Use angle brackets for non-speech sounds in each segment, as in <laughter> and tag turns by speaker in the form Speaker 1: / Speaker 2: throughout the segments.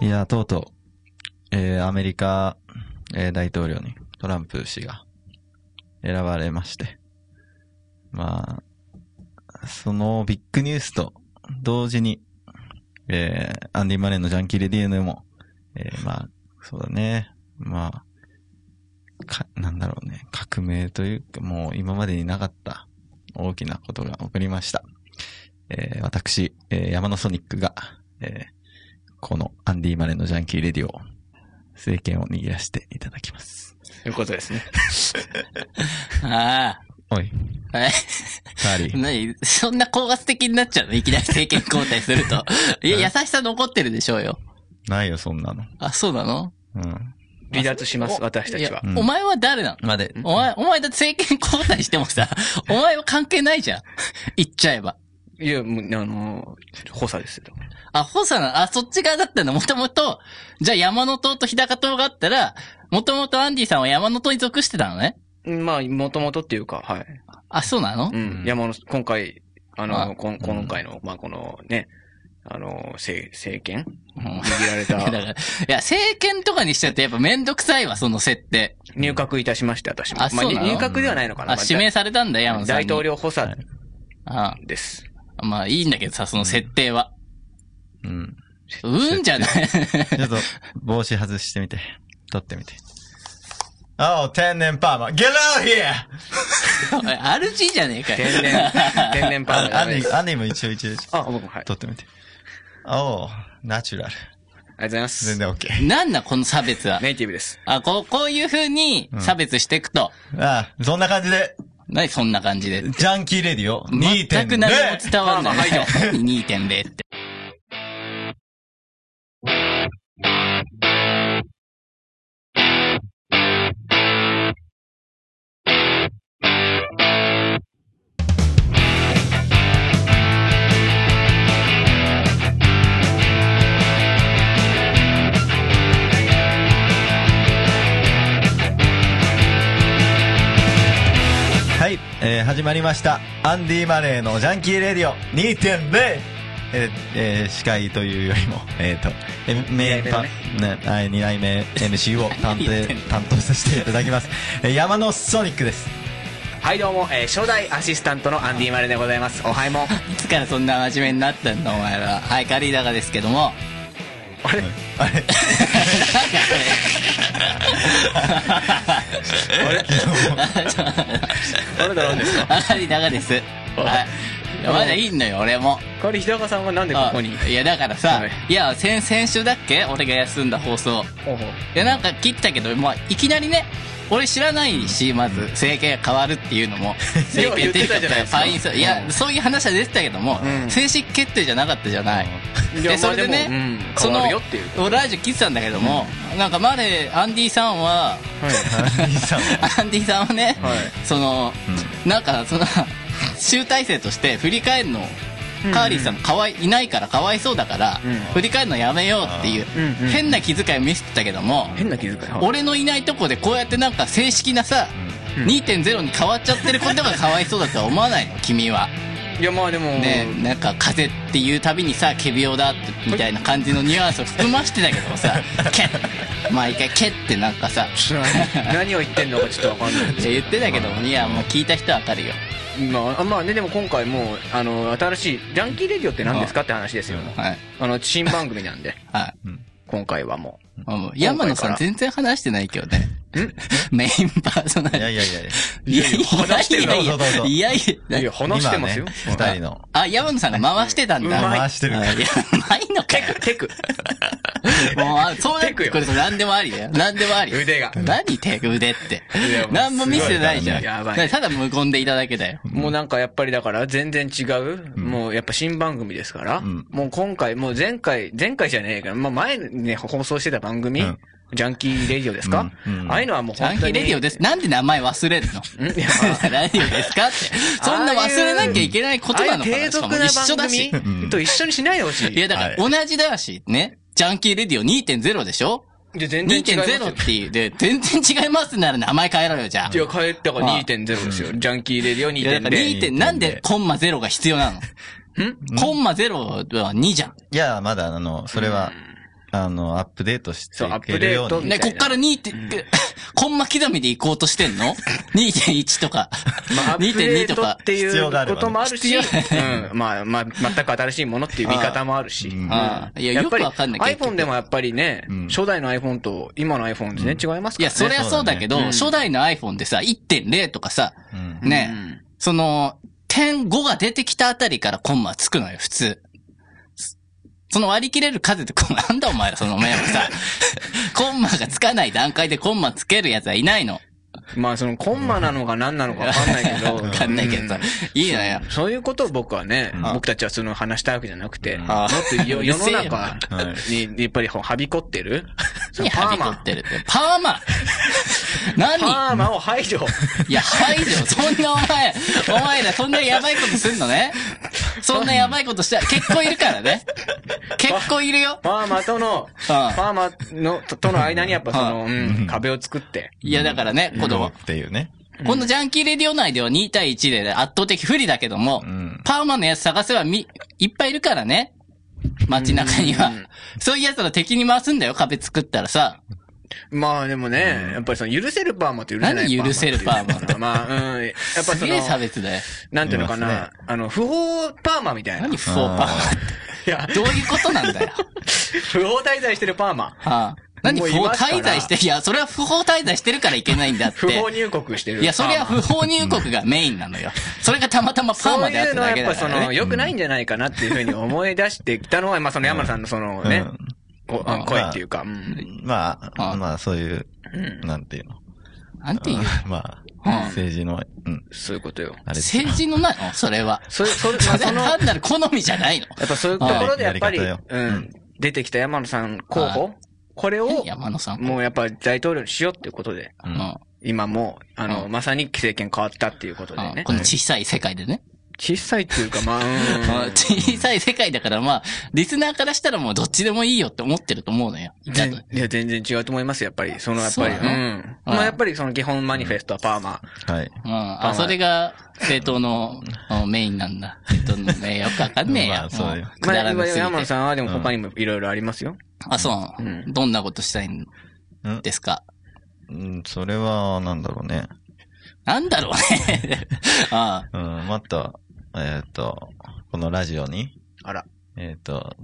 Speaker 1: いや、とうとう、えー、アメリカ、えー、大統領にトランプ氏が選ばれまして。まあ、そのビッグニュースと同時に、えー、アンディ・マレーのジャンキー・レディエヌも、えー、まあ、そうだね。まあ、か、なんだろうね。革命というか、もう今までになかった大きなことが起こりました。えー、私、えー、山のソニックが、えー、このアンディ・マレーのジャンキー・レディを、政権を握らせていただきます。
Speaker 2: ということですね。あ
Speaker 1: おい、
Speaker 2: あ、え
Speaker 1: サ <laughs> ーリー。
Speaker 2: 何そんな高圧的になっちゃうのいきなり政権交代すると。いや、優しさ残ってるでしょうよ。
Speaker 1: ないよ、そんなの。
Speaker 2: あ、そうなの
Speaker 1: うん。
Speaker 3: 離脱します、
Speaker 2: お
Speaker 3: 私たちは
Speaker 2: いうや
Speaker 1: ん
Speaker 2: お前は誰なの
Speaker 1: まあで、
Speaker 2: お前、お前だって政権交代してもさ、お前は関係ないじゃん。言っちゃえば。
Speaker 3: いや、もう、あのー、補佐ですよ。
Speaker 2: あ、ホさん、あ、そっち側だったんだ。もともと、じゃあ山の党と日高党があったら、もともとアンディさんは山の党に属してたのね。
Speaker 3: まあ、もともとっていうか、はい。
Speaker 2: あ、そうなの、
Speaker 3: うん
Speaker 1: うん。
Speaker 3: 山の、今回、あの
Speaker 2: あ
Speaker 3: ー、こん今回の、まあ、このね、あのー、政政権
Speaker 2: うん <laughs>
Speaker 3: 握られ <laughs>
Speaker 2: いやだ
Speaker 3: た、
Speaker 2: からいや、政権とかにしちゃってやっぱめんどくさいわ、その設定。
Speaker 3: 入閣いたしまして、私も。
Speaker 2: あ
Speaker 3: まあ、
Speaker 2: そうなの
Speaker 3: 入閣ではないのかな。
Speaker 2: あ、
Speaker 3: まあ
Speaker 2: 指名されたんだ、山野さん
Speaker 3: 大
Speaker 2: に。
Speaker 3: 統。領補佐
Speaker 2: あ
Speaker 3: <laughs> です。
Speaker 2: あまあいいんだけどさ、その設定は。
Speaker 1: うん。
Speaker 2: うんじゃない。
Speaker 1: ちょっと、帽子外してみて。取ってみて。Oh, 天然パーマ。Get out here!
Speaker 2: おい RG じゃねえかよ。
Speaker 3: 天然、天然パーマじ
Speaker 1: あ
Speaker 3: ゃ
Speaker 1: アン
Speaker 3: ない
Speaker 1: デ
Speaker 3: です
Speaker 1: ィ、アンディも一応一応一応
Speaker 3: あ、僕もはい。ありがと
Speaker 1: 取ってみて。Oh, ナチュラル。
Speaker 3: うございます。
Speaker 1: 全然 OK。
Speaker 2: なんだ、この差別は。
Speaker 3: ネイティブです。
Speaker 2: あ、こう、こういう風に差別していくと、
Speaker 1: ああ、そんな感じで、
Speaker 2: 何そんな感じで。
Speaker 1: ジャンキーレディオ2.0。
Speaker 2: 全く何も伝わんない。
Speaker 3: パーマ
Speaker 2: <laughs> 2.0って。
Speaker 1: はい、えー始まりました。アンディ・マレーのジャンキー・レディオ2.0。えーえー司会というよりも、 <laughs> えっ、と、え
Speaker 3: 二代
Speaker 1: 名
Speaker 3: 目
Speaker 1: パ
Speaker 3: だ
Speaker 1: ね
Speaker 3: ね
Speaker 1: はい、2代目
Speaker 3: <laughs>
Speaker 1: MC を担当
Speaker 2: 何言ってんの
Speaker 1: 担当させていただきます。えー山のソニックです。
Speaker 3: はい、どうも、えー初代アシスタントのアンディ・マレでございます。おはいもん。
Speaker 2: いつからそんな真面目になったんだ、お前ら。はい、カリーダガですけども。 <laughs>
Speaker 3: あれ
Speaker 1: あれ
Speaker 3: あれ <laughs> 誰だろうんですか
Speaker 2: あかりだがです。はい。いやまだいいのよ、俺も。
Speaker 3: 代わり日高さんはなんでここに
Speaker 2: あいや、だからさ
Speaker 3: はい、
Speaker 2: いや、先、先週だっけ俺が休んだ放送。
Speaker 3: ほうほう
Speaker 2: いや、なんか切ったけど、まあ、いきなりね、俺知らないし、まず、政権が変わるっていうの
Speaker 3: <laughs>
Speaker 2: も、政権
Speaker 3: 言ってたじゃないですか
Speaker 2: パインさいや、
Speaker 3: うん
Speaker 2: そういう話は出てたけども、
Speaker 3: うん
Speaker 2: 正式決定じゃなかったじゃない。
Speaker 3: いや
Speaker 2: で、それで
Speaker 3: ま
Speaker 2: ね、
Speaker 3: あもうん
Speaker 2: そ
Speaker 3: 変わ
Speaker 2: の
Speaker 3: るよっていう、
Speaker 2: 俺ラジオ聞いてたんだけども、なんかマレー、アンディさんは、 <laughs>
Speaker 1: アンディさん。
Speaker 2: アンディさんはね、
Speaker 3: はい
Speaker 2: その、なんかその集大成として振り返るのカーリーさんかわいいないからかわいそうだから、
Speaker 3: うん
Speaker 2: 振り返るのやめようっていう、
Speaker 3: うんうん
Speaker 2: 変な気遣いを見せてたけども、
Speaker 3: 変な気遣いはい
Speaker 2: 俺のいないとこでこうやってなんか正式なさ、
Speaker 3: うん
Speaker 2: 2.0に変わっちゃってることがかわいそうだとは思わない <laughs> の君は。
Speaker 3: いやまあでも
Speaker 2: ねなんか風邪っていうたびにさ仮病だってみたいな感じのニュアンスを含ましてたけど <laughs> さ「け」毎回「け」ってなんかさ
Speaker 3: 何を言ってんのかちょっとわかんない
Speaker 2: いや言ってたけどもいやもう聞いた人はわかるよ
Speaker 3: まあ、あまあねでも今回もうあの新しいジャンキーレディオって何ですかって話ですよ
Speaker 2: はい
Speaker 3: あの新番組なんで
Speaker 2: はい
Speaker 3: <laughs> 今回はも
Speaker 2: あもう山野さん全然話してないけどね <laughs> メインパーソナ
Speaker 1: いや
Speaker 2: リ
Speaker 1: いやいやいや。
Speaker 2: ティいやいや
Speaker 3: 話してる
Speaker 2: いやい
Speaker 1: どうぞどう
Speaker 2: や
Speaker 1: ぞ
Speaker 2: いやい
Speaker 3: う
Speaker 2: や
Speaker 3: いや話してますよ、
Speaker 1: 今ね二人の。
Speaker 2: あ山野さんが回してたんだ
Speaker 3: うまい
Speaker 1: 回してる
Speaker 2: あいやうまいのかよ
Speaker 3: テク
Speaker 2: もうあそうなっ
Speaker 3: テク
Speaker 2: て
Speaker 3: よ
Speaker 2: これ何でもありだよ何でもあり
Speaker 3: 腕が
Speaker 2: 何手腕って
Speaker 3: 腕はもう
Speaker 2: 何も見せてないじゃん
Speaker 3: すごいからねやばいね
Speaker 2: ただ無言でいただけだよ
Speaker 3: もうなんかやっぱりだから全然違う、もうやっぱ新番組ですから、
Speaker 1: ん
Speaker 3: もう今回、もう前回、前回じゃねえから、まあ前ね、放送してた番組、
Speaker 1: うん
Speaker 3: ジャンキーレディオですか、
Speaker 1: うんうん
Speaker 3: ああいうのはもう
Speaker 2: ジャ
Speaker 3: 本
Speaker 2: ンキ
Speaker 3: 当
Speaker 2: ー
Speaker 3: に。
Speaker 2: レディオです。なんで名前忘れんの <laughs>
Speaker 3: んいや
Speaker 2: ラジオですかって。そんな忘れなきゃいけないことなのか
Speaker 3: ああい
Speaker 2: な
Speaker 3: う低
Speaker 2: しか
Speaker 3: 俗
Speaker 2: も
Speaker 3: な
Speaker 2: 一緒
Speaker 3: 番
Speaker 2: だし。
Speaker 3: <laughs> 組と一緒にしないでほしい。
Speaker 2: いや、だから同じだし、ね。ジャンキーレディオ2.0でしょ
Speaker 3: じゃあ全然違いますよ
Speaker 2: 2.0っていう。で、全然違いますなら名前変えろよ、じゃあ。
Speaker 3: いや、帰ったから2.0ですよ。ジャンキーレディオ
Speaker 2: いやだから
Speaker 3: 2.0。
Speaker 2: 2点、なんでコンマ0が必要なのコンマ0は2じゃん。
Speaker 1: いや、まだ、あの、それは、あの、アップデートして
Speaker 3: そうア
Speaker 1: い
Speaker 3: ッ
Speaker 1: け
Speaker 3: プ
Speaker 1: る
Speaker 3: デ
Speaker 1: よ
Speaker 3: ー
Speaker 1: う
Speaker 3: ト
Speaker 1: に。
Speaker 2: ね、こっから2点、コンマ刻みで行こうとして
Speaker 3: <laughs>
Speaker 2: んの ?2.1 とか。
Speaker 3: ま <laughs> あ、
Speaker 2: 2.2とか
Speaker 3: アップデートっ。て
Speaker 1: 必要があ
Speaker 3: い
Speaker 1: れ
Speaker 3: う
Speaker 1: ばね
Speaker 3: こともあるし、
Speaker 2: 必要 <laughs>
Speaker 3: うん、まあ、まあ、全く新しいものっていう見方もあるし。
Speaker 1: うん
Speaker 3: うん
Speaker 2: ああいや
Speaker 3: っぱり
Speaker 2: よくわかんない結
Speaker 3: iPhone
Speaker 2: 局
Speaker 3: でもやっぱりね
Speaker 1: うん、
Speaker 3: 初代の iPhone と今の iPhone でね、違います
Speaker 2: い
Speaker 3: からね。
Speaker 2: や、そりゃそうだけど、
Speaker 3: うん
Speaker 2: 初代の iPhone でさ、1.0とかさ、
Speaker 1: うん
Speaker 3: うん
Speaker 2: ね、その、点5が出てきたあたりからコンマつくのよ、普通。その割り切れる数って、こなん <laughs> だお前ら、そのお前は
Speaker 3: <laughs>
Speaker 2: さ、コンマがつかない段階でコンマつけるやつはいないの。
Speaker 3: まあ、そのコンマなのか何なのかわかんないけど。
Speaker 2: <laughs> わかんないけどさ、いいのよ。
Speaker 3: そういうことを僕はね、
Speaker 1: うん
Speaker 3: 僕たちはその話したいわけじゃなくて、
Speaker 1: うん
Speaker 3: もっとよ
Speaker 2: う
Speaker 3: 世
Speaker 2: るせ
Speaker 3: の
Speaker 2: えよ
Speaker 3: 中
Speaker 1: は
Speaker 3: にやっぱりはびこってる、その
Speaker 2: 何
Speaker 3: パ
Speaker 2: は
Speaker 3: ー
Speaker 2: びこっ
Speaker 3: マ、
Speaker 2: てるって。パー
Speaker 3: <laughs>
Speaker 2: マ何
Speaker 3: パーマを排除。
Speaker 2: いや、はいよ。そんなお前、お前らそんなやばいことすんのね。そんなやばいことしたら、結構いるからね。結構いるよ。
Speaker 3: パーマとの、パーマの、ととの間にやっぱその、うん壁を作って。
Speaker 2: いや、だからね、こ
Speaker 1: どう
Speaker 2: の
Speaker 1: っ、ていうね。
Speaker 2: このジャンキーレディオ内では2対1で圧倒的不利だけども
Speaker 1: う、ん。
Speaker 2: パーマのやつ探せばみ、いっぱいいるからね。街中には
Speaker 3: うん。
Speaker 2: そういうやつら敵に回すんだよ、壁作ったらさ。
Speaker 3: まあでもね、やっぱりその許せるパーマと許せないパーマっていう。
Speaker 2: 何許せるパーマって
Speaker 3: まあ、うん。やっぱ
Speaker 2: す
Speaker 3: そ
Speaker 2: げえ
Speaker 3: の、
Speaker 2: 差別だよ。
Speaker 3: なんていうのか
Speaker 1: います
Speaker 3: な、あの、不法パーマみたいな。
Speaker 2: 何
Speaker 3: い
Speaker 2: 不法パーマっ
Speaker 3: や、
Speaker 2: て。どういうことなんだよ。
Speaker 3: 不法滞在してるパーマ。
Speaker 2: はあ、何
Speaker 3: もう
Speaker 2: 不
Speaker 3: い
Speaker 2: 法
Speaker 3: ますから
Speaker 2: 滞在して、いや、それは不法滞在してるからいけないんだって。
Speaker 3: 不法入国してる。
Speaker 2: いや、それは不法入国がメインなのよ。それがたまたまパーマであっただけだか
Speaker 3: そういうのはやっぱその、
Speaker 2: らね。
Speaker 3: 良くないんじゃないかなっていうふうに思い出してきたのは、まあその山田さんのそのね、こ
Speaker 2: うん
Speaker 3: 声っていうか、うん
Speaker 1: ま
Speaker 2: う
Speaker 1: あ、
Speaker 2: ん
Speaker 1: まあ、そういう、
Speaker 3: うん
Speaker 1: なんていうの。
Speaker 2: なんていう
Speaker 1: ま
Speaker 2: うん
Speaker 1: あ、政治の、うん、
Speaker 3: そういうことよ。
Speaker 1: あれ。
Speaker 2: 政治のなのそれは。
Speaker 3: それ、そ
Speaker 2: <laughs>
Speaker 3: れ、まあ
Speaker 2: た
Speaker 3: そ
Speaker 2: だ
Speaker 3: の、
Speaker 2: 単なる好みじゃないの。
Speaker 3: やっぱそういうところでやっぱり、
Speaker 1: はいやり
Speaker 3: う
Speaker 1: 方よ
Speaker 3: ん、出てきた山野さん候
Speaker 2: は
Speaker 3: 補、これを、
Speaker 2: 山野さん。
Speaker 3: もうやっぱり大統領にしようっていうことで、
Speaker 1: う
Speaker 2: うんん
Speaker 3: 今もう、あの、
Speaker 2: うん
Speaker 3: まさに政権変わったっていうことで
Speaker 2: うん
Speaker 3: ね
Speaker 2: こ。の小さい世界でね。
Speaker 3: 小さいっていうか、
Speaker 2: <laughs>
Speaker 3: まあ、
Speaker 2: うん
Speaker 3: う
Speaker 2: 小さい世界だから、まあ、リスナーからしたらもうどっちでもいいよって思ってると思うのよ。
Speaker 3: ん。ぜ
Speaker 2: だと
Speaker 3: んいや、全然違うと思います、やっぱり。その、やっぱり、う
Speaker 2: そうなの
Speaker 3: ん。まあ、やっぱりその基本マニフェストはパーマ。
Speaker 1: はい。
Speaker 2: うん。あ、それが政党のうんメインなんだ。政党のね、よくわかんねえよ。
Speaker 1: まあそうよ
Speaker 2: もうく
Speaker 3: まあ、
Speaker 2: だらなすぎて
Speaker 3: 山野さんはでも他にもいろいろありますよ。
Speaker 2: あ、そう、
Speaker 3: うん
Speaker 2: どんなことしたいん
Speaker 1: うん
Speaker 2: ですか
Speaker 1: うん、それは、なんだろうね。
Speaker 2: なんだろうね。 <laughs> ああ
Speaker 1: うん、また、えっと、このラジオに、
Speaker 3: あら。
Speaker 1: えっと、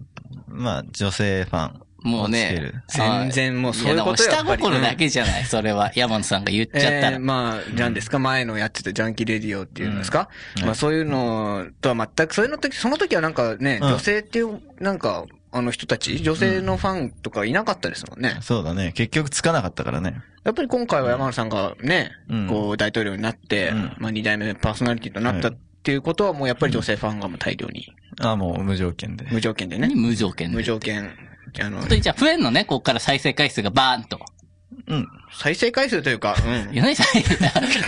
Speaker 1: まあ、女性ファン。
Speaker 2: もうね。
Speaker 3: 全然もうそういうこと
Speaker 2: や
Speaker 3: よ
Speaker 2: だ
Speaker 3: や
Speaker 2: か
Speaker 3: っ
Speaker 2: ら
Speaker 3: ぱ
Speaker 2: 下
Speaker 3: り
Speaker 2: 心だけじゃない、それは。山野さんが言っちゃった
Speaker 3: え
Speaker 2: ら。
Speaker 3: ーまあ、なんですか、前のやってたジャンキーレディオっていうんですか、
Speaker 1: うん
Speaker 3: まあ
Speaker 1: はい
Speaker 3: そういうのとは全く、それの時、その時はなんかね、
Speaker 1: うん
Speaker 3: 女性っていう、なんか、あの人たち、女性のファンとかいなかったですもんね。
Speaker 1: そうだね。結局つかなかったからね。
Speaker 3: やっぱり今回は山野さんがね、
Speaker 1: うん
Speaker 3: こう大統領になって、
Speaker 1: うん
Speaker 3: まあ二代目パーソナリティとなったっていうことはもうやっぱり女性ファンがもう大量に、
Speaker 1: あ、もう無条件で。
Speaker 3: 無条件でね
Speaker 2: 何、無条件で。
Speaker 3: 無
Speaker 2: 本
Speaker 3: 条件、あの、
Speaker 2: 当にじゃあ増えんのね、こっから再生回数がバーンと。 <laughs>
Speaker 1: うん。
Speaker 3: 再生回数というか、うん
Speaker 2: い。や、何再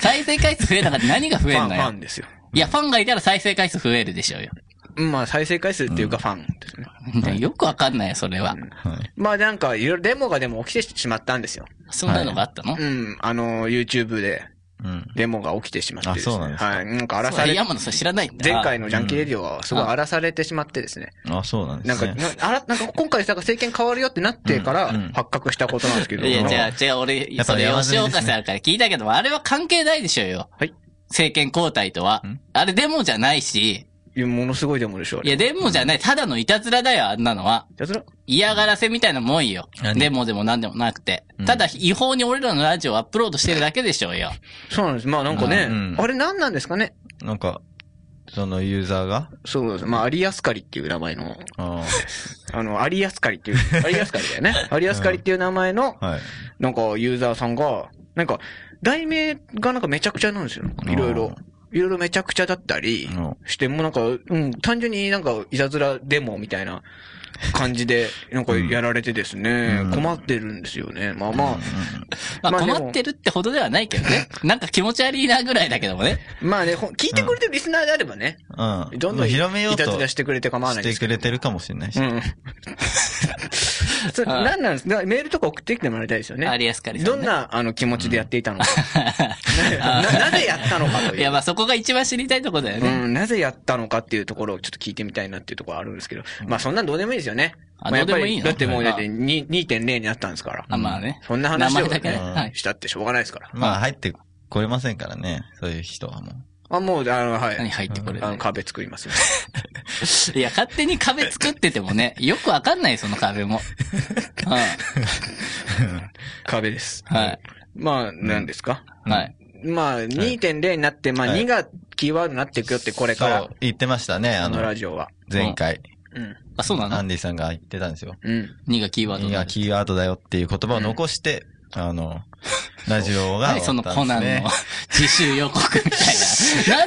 Speaker 2: 再生回数増えたから何が増
Speaker 3: フ
Speaker 2: え
Speaker 3: ァ
Speaker 2: ん
Speaker 3: ン、フ
Speaker 2: の
Speaker 3: ァ
Speaker 2: よ。
Speaker 3: ンですよ。
Speaker 2: いや、ファンがいたら再生回数増えるでしょうよ。
Speaker 3: うんまあ再生回数っていうかファンですね。
Speaker 2: よくわかんないよ、それは。
Speaker 1: はい。
Speaker 3: まあなんかいろいろデモがでも起きてしまったんですよ。
Speaker 2: そんなのがあったの、
Speaker 3: うん、あの、YouTube で
Speaker 1: うん。
Speaker 3: デモが起きてしまってですね。
Speaker 1: あそうなんですか
Speaker 3: はい。なんか荒ら
Speaker 2: そ
Speaker 3: さ
Speaker 2: う
Speaker 3: れ、
Speaker 2: 山野さん知らないんだ。
Speaker 3: 前回のジャンキーレディオはすごい荒らされてしまってですね。
Speaker 1: あ、そうなんで
Speaker 3: なん
Speaker 1: す
Speaker 3: か、
Speaker 1: ね。
Speaker 3: なあら、なんか今回さ、政権変わるよってなってから
Speaker 1: うんうん
Speaker 3: 発覚したことなんですけど。
Speaker 2: い
Speaker 3: な
Speaker 2: や、
Speaker 3: んか
Speaker 2: じゃあ、じゃあ俺
Speaker 1: や、っぱ
Speaker 2: それ
Speaker 1: 山
Speaker 2: 吉
Speaker 1: 積みですね
Speaker 2: 岡さんから聞いたけど、あれは関係ないでしょうよ。
Speaker 3: はい
Speaker 2: 政権交代とは
Speaker 1: ん。
Speaker 2: あれデモじゃないし、
Speaker 3: いやものすごいデモでしょ。あ
Speaker 2: い
Speaker 3: れ
Speaker 2: や、デモじゃない、ただのいたずらだよ、あんなのは。
Speaker 3: やつら、
Speaker 2: 嫌がらせみたいなもんよ。
Speaker 1: 何
Speaker 2: デモでも何でもなくて
Speaker 1: う。ん
Speaker 2: ただ、違法に俺らのラジオをアップロードしてるだけでしょうよ。
Speaker 3: そうなんです。まあなんかね、
Speaker 1: うん
Speaker 3: あれ何なんですかね。
Speaker 1: なんか、そのユーザーが、
Speaker 3: そうです。まあ、アリアスカリっていう名前の、
Speaker 1: あ
Speaker 3: あの、アリアスカリ
Speaker 1: <laughs>
Speaker 3: っていう、アリアスカリだよね。アリアスカリっていう名前の、
Speaker 1: あ、はい。
Speaker 3: なんかユーザーさんが、なんか、題名がなんかめちゃくちゃなんですよ。
Speaker 1: あー
Speaker 3: いろいろ。いろいろめちゃくちゃだったり
Speaker 1: うん
Speaker 3: して、もうなんか、うん、単純になんか、いたずらデモみたいな感じで、なんかやられてですね、
Speaker 1: うん
Speaker 3: 困ってるんですよね。まあまあ、
Speaker 2: まあ、
Speaker 3: まあでも
Speaker 2: 困ってるってほどではないけ
Speaker 3: <laughs>
Speaker 2: どね。なんか気持ち悪いなぐらいだけどもね。
Speaker 3: まあね、ほん聞いてくれてるリスナーであればね、
Speaker 1: うん。うん。
Speaker 3: どんどん
Speaker 1: 広めよう
Speaker 3: い
Speaker 1: と
Speaker 3: たずら
Speaker 1: し
Speaker 3: してくれて構わないで
Speaker 1: て
Speaker 3: すけ
Speaker 1: く
Speaker 3: ど。
Speaker 1: れてるかもしれないし
Speaker 3: う。ん。 <laughs> それ
Speaker 2: はい
Speaker 3: 何なんですかメールとか送ってきてもらいたいですよね。
Speaker 2: ありやすかりさ
Speaker 3: ど
Speaker 2: ん、
Speaker 3: ん
Speaker 2: ね。
Speaker 3: な、あの、気持ちでやっていたのか。 <laughs> ななぜやったのかという。
Speaker 2: <laughs> いや、まあそこが一番知りたいとこだよね。
Speaker 3: うん、なぜやったのかっていうところをちょっと聞いてみたいなっていうところはあるんですけど、まあそんなんどうでもいいですよね。
Speaker 2: あ
Speaker 3: まあ、
Speaker 2: どうでもいいの
Speaker 3: だってもう
Speaker 2: はい
Speaker 3: だってに2.0になったんですから。
Speaker 2: あ、まあね。
Speaker 3: そんな話
Speaker 2: 名
Speaker 3: を
Speaker 2: 前だけね。
Speaker 1: うん
Speaker 2: はい。
Speaker 3: したってしょうがないですから。
Speaker 1: まあ入ってこれませんからね、そういう人はも
Speaker 3: あ、もう、あの、は
Speaker 2: 何
Speaker 3: い。
Speaker 2: 入ってこれ
Speaker 3: あの、壁作り
Speaker 2: <laughs>
Speaker 3: ますよ。
Speaker 2: いや、勝手に壁作っててもね、よくわかんない、その壁
Speaker 3: <laughs>
Speaker 2: も。う
Speaker 3: 壁です。
Speaker 2: ん。はい。
Speaker 3: まあ、何ですか、
Speaker 1: う。
Speaker 2: はい。
Speaker 3: まあ、2.0になって、まあ、
Speaker 1: はい
Speaker 3: 2がキーワードになっていくよって、これ
Speaker 1: そ
Speaker 3: から
Speaker 1: う、、言ってましたね、あ
Speaker 3: あの
Speaker 1: の
Speaker 3: ラ、ジオは。
Speaker 1: 前回、
Speaker 3: うん。
Speaker 2: あ、そうな
Speaker 1: ア
Speaker 2: の
Speaker 1: ンディさんが言ってたんですよ。
Speaker 3: うん。
Speaker 2: ?2 がキーワード
Speaker 1: い
Speaker 2: だ
Speaker 1: や、キーワードだよっていう言葉を残して、あの、ラジ
Speaker 3: <laughs>
Speaker 1: オが
Speaker 2: 何そ
Speaker 1: 終わ
Speaker 2: の
Speaker 1: った
Speaker 2: コ
Speaker 1: んで
Speaker 2: ナ
Speaker 1: す
Speaker 2: ンの <laughs>
Speaker 1: ね。
Speaker 2: 自習予告みた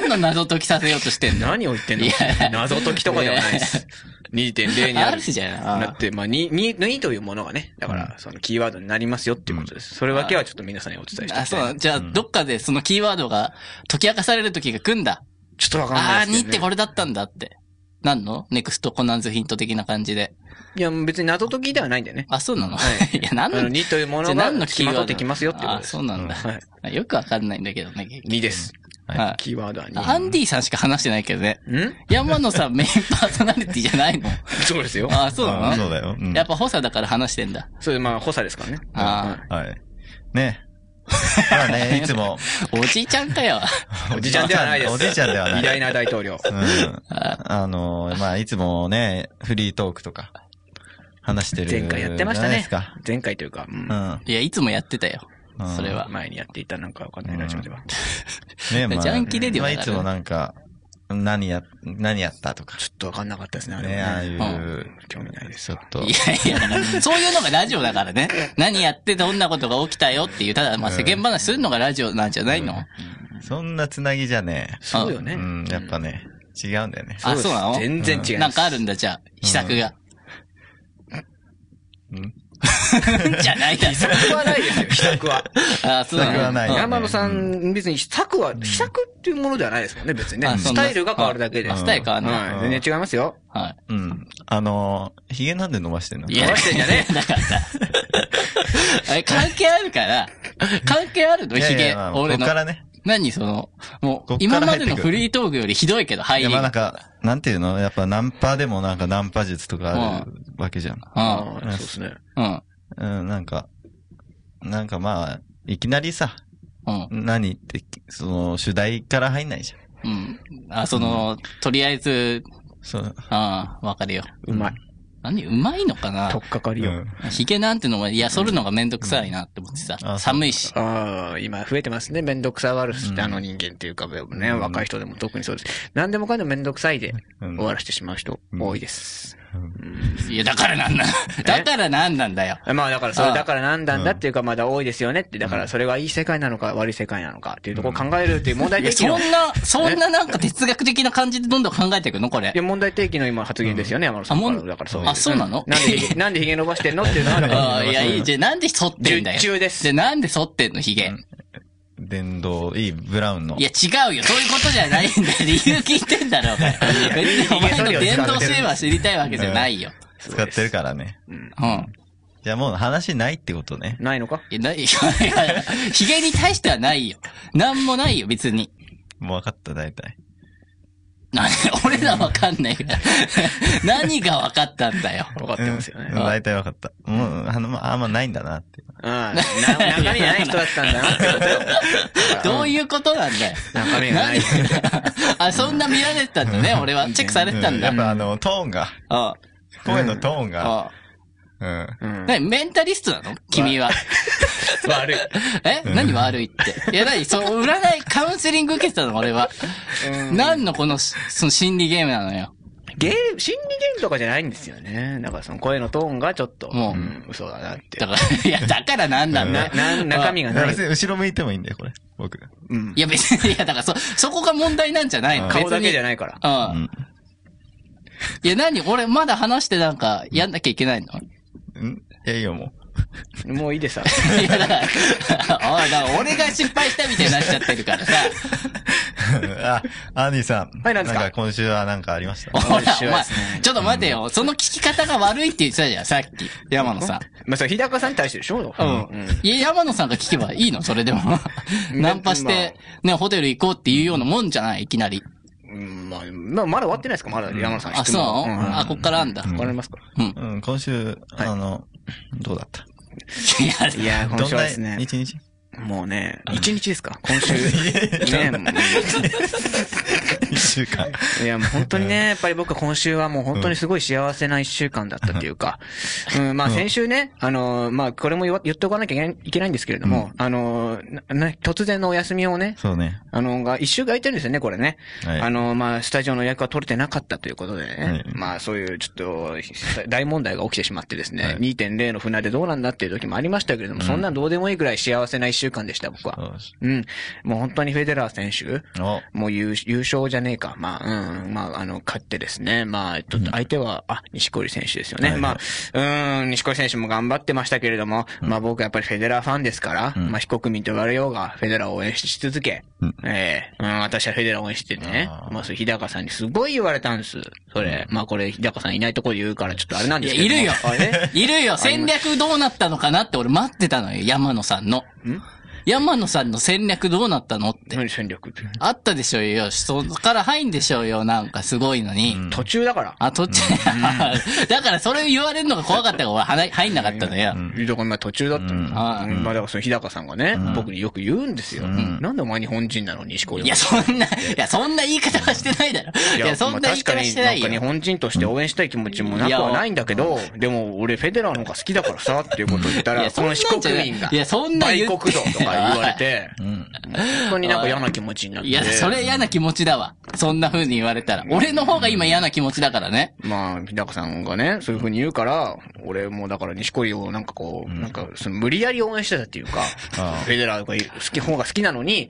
Speaker 2: いな。 <laughs> 何の謎解きさせようとしてんの
Speaker 3: 何を言ってんの
Speaker 2: いや
Speaker 3: 謎解きとかではないで
Speaker 2: <laughs>
Speaker 3: す。2.0に
Speaker 2: あ
Speaker 3: あ
Speaker 2: る
Speaker 3: る
Speaker 2: じゃん。
Speaker 3: なって、まあ、2、2、2というものがね、だか
Speaker 1: うん
Speaker 3: ら、そのキーワードになりますよっていうことです。それだけはちょっと皆さんにお伝えして
Speaker 2: あ、
Speaker 3: おき
Speaker 2: そう
Speaker 3: た
Speaker 2: ないの。じゃあ、
Speaker 1: うん
Speaker 2: どっかでそのキーワードが解き明かされる時が来んだ。
Speaker 3: ちょっとわかんな
Speaker 2: あ
Speaker 3: い
Speaker 2: あ
Speaker 3: で
Speaker 2: ー、
Speaker 3: す
Speaker 2: 2って
Speaker 3: けど、
Speaker 2: こ
Speaker 3: ね。
Speaker 2: れだったんだって。なんのネクストコナンズヒント的な感じで。
Speaker 3: いや、別に謎解きではないんだよね。
Speaker 2: あ、そうな <laughs> の、
Speaker 3: はい
Speaker 2: い、や、何
Speaker 3: あの、
Speaker 2: の、じ
Speaker 3: 2というも
Speaker 2: ゃあ
Speaker 3: の
Speaker 2: 何
Speaker 3: が
Speaker 2: の
Speaker 3: 付き
Speaker 2: キー
Speaker 3: ま
Speaker 2: ワード
Speaker 3: とってきますよっていうこ
Speaker 2: あ
Speaker 3: と
Speaker 2: ー
Speaker 3: です。
Speaker 2: そうなんだ。
Speaker 3: はい。
Speaker 2: よくわかんないんだけどね、結局
Speaker 3: 2です。
Speaker 1: はい
Speaker 2: はい。
Speaker 3: キーワードは2。
Speaker 2: アンディさんしか話してないけどね。
Speaker 3: ん <laughs>
Speaker 2: 山野さんメインパーソナリティじゃないの
Speaker 3: そうですよ。
Speaker 2: <laughs> ああ、そう
Speaker 1: あ
Speaker 2: な
Speaker 1: そ
Speaker 2: の
Speaker 1: うだよ。うん
Speaker 2: やっぱ補佐だから話してんだ。
Speaker 3: それ、まあ、補佐ですからね。
Speaker 2: あー
Speaker 1: はい。ね。まあ
Speaker 3: <laughs>
Speaker 1: ね、いつも、
Speaker 2: おじいちゃんかよ。
Speaker 3: おじちゃんではないです。
Speaker 1: おじいちゃんではない
Speaker 3: 偉大な大統領。
Speaker 1: うん。あの、まあ、いつもね、フリートークとか、話してる。
Speaker 3: 前回やってました
Speaker 1: じゃな
Speaker 3: ね
Speaker 1: いですか。。
Speaker 3: 前回というか、うん
Speaker 1: うん。
Speaker 2: いや、いつもやってたよ。 <laughs>
Speaker 1: うん
Speaker 2: それは。
Speaker 3: 前にやっていたなんかわかんないラジオでは。
Speaker 1: ね、まあ、
Speaker 2: ジャンキレディオ
Speaker 1: まあ、
Speaker 2: だ
Speaker 1: い
Speaker 2: から
Speaker 1: つもなんか、何や、何やったとか。
Speaker 3: ちょっとわかんなかったですね、あれ
Speaker 1: ね、あ
Speaker 3: は
Speaker 1: あ
Speaker 3: ね。
Speaker 1: いう、
Speaker 3: 興味ないです
Speaker 1: ちょっと
Speaker 2: い、やいやだから、そういうのがラジオだからね。何やってどんなことが起きたよっていう、ただまあ世間話するのがラジオなんじゃないの、
Speaker 1: そんなつなぎじゃね
Speaker 3: そうよね。
Speaker 1: うん、やっぱね、違うんだよね。
Speaker 2: あ、そうなの
Speaker 3: 全然違います
Speaker 2: なんかあるんだ、じゃあ、秘策が。
Speaker 1: うん。
Speaker 2: <laughs> じゃないだろ。
Speaker 3: 秘策はないですよ、秘策は。
Speaker 2: あ、そう
Speaker 1: 秘策
Speaker 2: な
Speaker 1: は
Speaker 2: の
Speaker 1: ないよね
Speaker 3: 山野さん、別に秘策は、秘策っていうものではないですもんね、別に
Speaker 2: あ
Speaker 3: ね。
Speaker 2: そ
Speaker 3: ス
Speaker 2: んな
Speaker 3: タイルが変わるだけで。
Speaker 1: あ
Speaker 2: ス
Speaker 3: は
Speaker 2: タイル変わんない。
Speaker 1: うん
Speaker 3: い。全然違いますよ。
Speaker 2: は
Speaker 1: うん。あの、髭なんで伸ばしてんの
Speaker 2: い。いや、
Speaker 3: 合わせてんじゃね
Speaker 2: だからさ。あれ、関係あるから、関係あるの
Speaker 1: いや
Speaker 2: ヒ
Speaker 1: い
Speaker 2: ゲ
Speaker 1: やまあ、
Speaker 2: 俺
Speaker 1: こ
Speaker 2: の
Speaker 1: っか。らね、
Speaker 2: 何その、も
Speaker 1: こ
Speaker 2: う
Speaker 1: っ、から
Speaker 2: 今ま
Speaker 1: 入って
Speaker 2: で
Speaker 1: くる
Speaker 2: のフリートークよりひどいけど、入
Speaker 1: い
Speaker 2: り
Speaker 1: や、まあなん
Speaker 2: が。
Speaker 1: か、なんていうのやっぱナンパでもなんかナンパ術とかあるわけじゃん。
Speaker 2: うん。
Speaker 3: あーそうですね。
Speaker 2: うん。
Speaker 1: うん、なんか、なんかまあ、いきなりさ、
Speaker 2: うん。
Speaker 1: 何って、その、主題から入んないじゃん。
Speaker 2: うん。あ、その、とりあえず、
Speaker 1: そう。
Speaker 2: ああ、わかるよ。
Speaker 3: うまい。
Speaker 2: 何うまいのかな
Speaker 3: とっかかり
Speaker 1: う
Speaker 3: よ。
Speaker 1: ん
Speaker 2: ヒゲなんてのも、いや、剃るのがめんどくさいなって思ってさ
Speaker 1: うんあ。
Speaker 2: 寒いし。
Speaker 3: ああ、今増えてますね。めんどくさがる人あの人間っていうか、ね、
Speaker 1: うん
Speaker 3: 若い人でも特にそうです。何でもかんでもめんどくさいで
Speaker 1: うん
Speaker 3: 終わらせてしまう人多いです。
Speaker 2: いや、だからなんなん。だからなんなんだよ。
Speaker 3: まあだからそれ、
Speaker 2: ああ
Speaker 3: だからなんだんだっていうか、まだ多いですよねって、だからそれがいい世界なのか悪い世界なのかっていうところを考えるっていう問題
Speaker 2: いや、
Speaker 3: 提
Speaker 2: そ
Speaker 3: 起の、い
Speaker 2: んな、そんななんか哲学的な感じでどんどん考えていくのこれ。
Speaker 3: や、問題提起の今発言ですよね、山野さんか
Speaker 2: あ
Speaker 3: ら。
Speaker 2: もん
Speaker 3: だからそう。
Speaker 2: あそうなの
Speaker 3: なんでひげ、なんでヒゲ伸ばしてんのっていうのはだから
Speaker 2: ああ、いや、いい。じゃあなんで剃ってんだよ。
Speaker 3: 術中です
Speaker 2: じゃあなんで剃ってんのヒゲ。
Speaker 1: 電動、いい、ブラウンの。
Speaker 2: いや、違うよ。そういうことじゃないんだよ。理由聞いてんだろ、お前。別にお前の電動シェーバー知りたいわけじゃないよ。
Speaker 1: 使ってるからね。
Speaker 2: うん。
Speaker 1: じゃあもう話ないってことね。
Speaker 3: ないのか
Speaker 2: いや、ない、い <laughs> や、いやヒゲに対してはないよ。なんもないよ、別に。
Speaker 1: もう分かった、大体。
Speaker 2: なんで俺らわかんないから。 <laughs> 何がわかったんだよ。
Speaker 3: 分かってますよね
Speaker 1: うん。大体分かった。もう、あの、まああんまないんだなって。
Speaker 3: うん。な中身ない人だったんだなってことよ。
Speaker 2: どういうことなんだよ。
Speaker 3: 中身がない
Speaker 2: 何。あ、そんな見られてたんだね、俺は。チェックされてたんだ。
Speaker 1: う
Speaker 2: う
Speaker 1: やっぱあの、トーンが、
Speaker 2: ん。
Speaker 1: 声のトーンが、
Speaker 2: う
Speaker 1: うん。
Speaker 3: うん
Speaker 2: ん。何メンタリストなの君は。
Speaker 3: 悪い。
Speaker 2: え何悪いって。いや、何そう、占い、カウンセリング受けてたの、俺は。何のこの、その心理ゲームなのよ。
Speaker 3: ゲーム、心理ゲームとかじゃないんですよね。だからその声のトーンがちょっと、、
Speaker 2: もうん
Speaker 3: 嘘だなって
Speaker 2: だ。から、いや、だから何なんだ
Speaker 3: な、な、
Speaker 2: よ。
Speaker 3: 中身がない。
Speaker 1: 別に後ろ向いてもいいんだよ、これ。僕。
Speaker 3: うん
Speaker 2: い。や、別に、いや、だから、そ、そこが問題なんじゃないの
Speaker 3: 顔だけじゃ
Speaker 2: ない。
Speaker 3: ないから。
Speaker 2: う。
Speaker 1: うんん。
Speaker 2: いや、何俺、まだ話してなんか、やんなきゃいけないの <laughs>
Speaker 1: うんいや、いいよ、もう。 <laughs>
Speaker 3: もういいです。
Speaker 2: いや、だから、おい、だから俺が失敗したみたいになっちゃってるからさ。
Speaker 1: あ、アンディさん。
Speaker 3: はい何ですか
Speaker 1: なんか今週はなんかありました。
Speaker 2: ほら、
Speaker 3: 面
Speaker 2: お
Speaker 3: 白いで
Speaker 2: 前
Speaker 3: すね、
Speaker 2: ちょっと待てよ。その聞き方が悪いって言ってたじゃん、さっき。山野さん。
Speaker 3: まあ、それ、日高さんに対してでしょ
Speaker 2: うん。いや、山野さんが聞けばいいのそれでも。ナンパして、ね、ホテル行こうっていうようなもんじゃないいきなり。
Speaker 3: うん。まあ、まあ、まだ終わってないですかまだ山野さん
Speaker 2: あ、
Speaker 3: 質
Speaker 2: そ
Speaker 3: 問。
Speaker 2: うなの、
Speaker 3: ん
Speaker 2: あ、こっからあんだ。
Speaker 1: うん
Speaker 3: わかりますか
Speaker 1: うん、今週、あの、どうだった
Speaker 2: いや、
Speaker 3: いや、今週はです
Speaker 1: どんな
Speaker 3: ね。
Speaker 1: 一日
Speaker 3: もうね、一日ですか今週。ね、も
Speaker 1: 一
Speaker 3: <laughs>
Speaker 1: 週間。
Speaker 3: ういや、もう本当にね、やっぱり僕は今週はもう本当にすごい幸せな一週間だったっていうか。うん、まあ先週ね、あの、まあこれも言わ言っておかなきゃいけいけないんですけれども、あの、なな突然のお休みをね、
Speaker 1: そうね。
Speaker 3: あの、が一週間空いてるんですよね、これね。
Speaker 1: はい。
Speaker 3: あの、まあ、スタジオの予約が取れてなかったということでね、
Speaker 1: はい
Speaker 3: まあ、そういうちょっと大問題が起きてしまってですね、
Speaker 1: はい
Speaker 3: 2.0の船でどうなんだっていう時もありましたけれども、
Speaker 1: うん
Speaker 3: そんなんどうでもいいぐらい幸せな一週間でした、僕は。
Speaker 1: そうです
Speaker 3: うん。もう本当にフェデラー選手、
Speaker 1: お、
Speaker 3: もう優優勝じゃねえか。まあ、うんうん、まあ、あの、勝ってですね。まあ、えっと、相手は、あ、錦織選手ですよね。
Speaker 1: はい
Speaker 3: まあ、うん、錦織選手も頑張ってましたけれども、まあ僕はやっぱりフェデラーファンですから、
Speaker 1: うん
Speaker 3: まあ非国民と言われようが、フェデラーを応援し続け、
Speaker 1: うん
Speaker 3: ええうん、私はフェデラーを応援してね
Speaker 1: あ、ー
Speaker 3: まあそう、日高さんにすごい言われたんです。それ、まあこれ、日高さんいないところで言うから、ちょっとあれなんですけども。
Speaker 2: いやいるよ
Speaker 3: <laughs> あれ
Speaker 2: いるよ。戦略どうなったのかなって俺待ってたのよ、山野さんの。山野さんの戦略どうなったのって。
Speaker 3: 何戦略って。
Speaker 2: あったでしょうよ。そこから入んでしょうよ。なんかすごいのに。
Speaker 1: うん
Speaker 3: 途中だから。
Speaker 2: あ、途中、 <laughs> だからそれ言われるのが怖かったから俺はな入んなかったのよ。
Speaker 1: ん
Speaker 3: いうとこ今途中だったの
Speaker 1: うん
Speaker 2: あ
Speaker 3: うんまあだからその日高さんがね、
Speaker 1: うん
Speaker 3: 僕によく言うんですよ。
Speaker 1: うん
Speaker 3: なんでお前日本人なのに石織
Speaker 2: いや、そんな、いや、そんな言い方はしてないだろ。いや、そんな言い方はして
Speaker 3: まあ確かにな
Speaker 2: ない
Speaker 3: ん
Speaker 2: よ
Speaker 3: か。日本人として応援したい気持ちもなくはないんだけど、でも俺フェデラーの方が好きだからさっていうことを言った
Speaker 2: い
Speaker 3: ら、
Speaker 2: や
Speaker 3: そ
Speaker 2: そん
Speaker 3: の
Speaker 2: なん
Speaker 3: 四
Speaker 2: じゃな
Speaker 3: 国
Speaker 2: い
Speaker 3: 民が、
Speaker 2: いやそんなん言
Speaker 3: 売
Speaker 2: って
Speaker 3: 国道とか言われて、
Speaker 1: うん。
Speaker 3: 本当になんか嫌な気持ちになって。
Speaker 2: いや、それ嫌な気持ちだわ。そんな風に言われたら。俺の方が今嫌な気持ちだからね。
Speaker 3: まあ、日高さんがね、そういうふうに言うから、俺もだから西織をなんかこう、
Speaker 1: うん
Speaker 3: なんか、その無理やり応援してたっていうか、
Speaker 1: あ
Speaker 3: フェデラーが好き、方が好きなのに、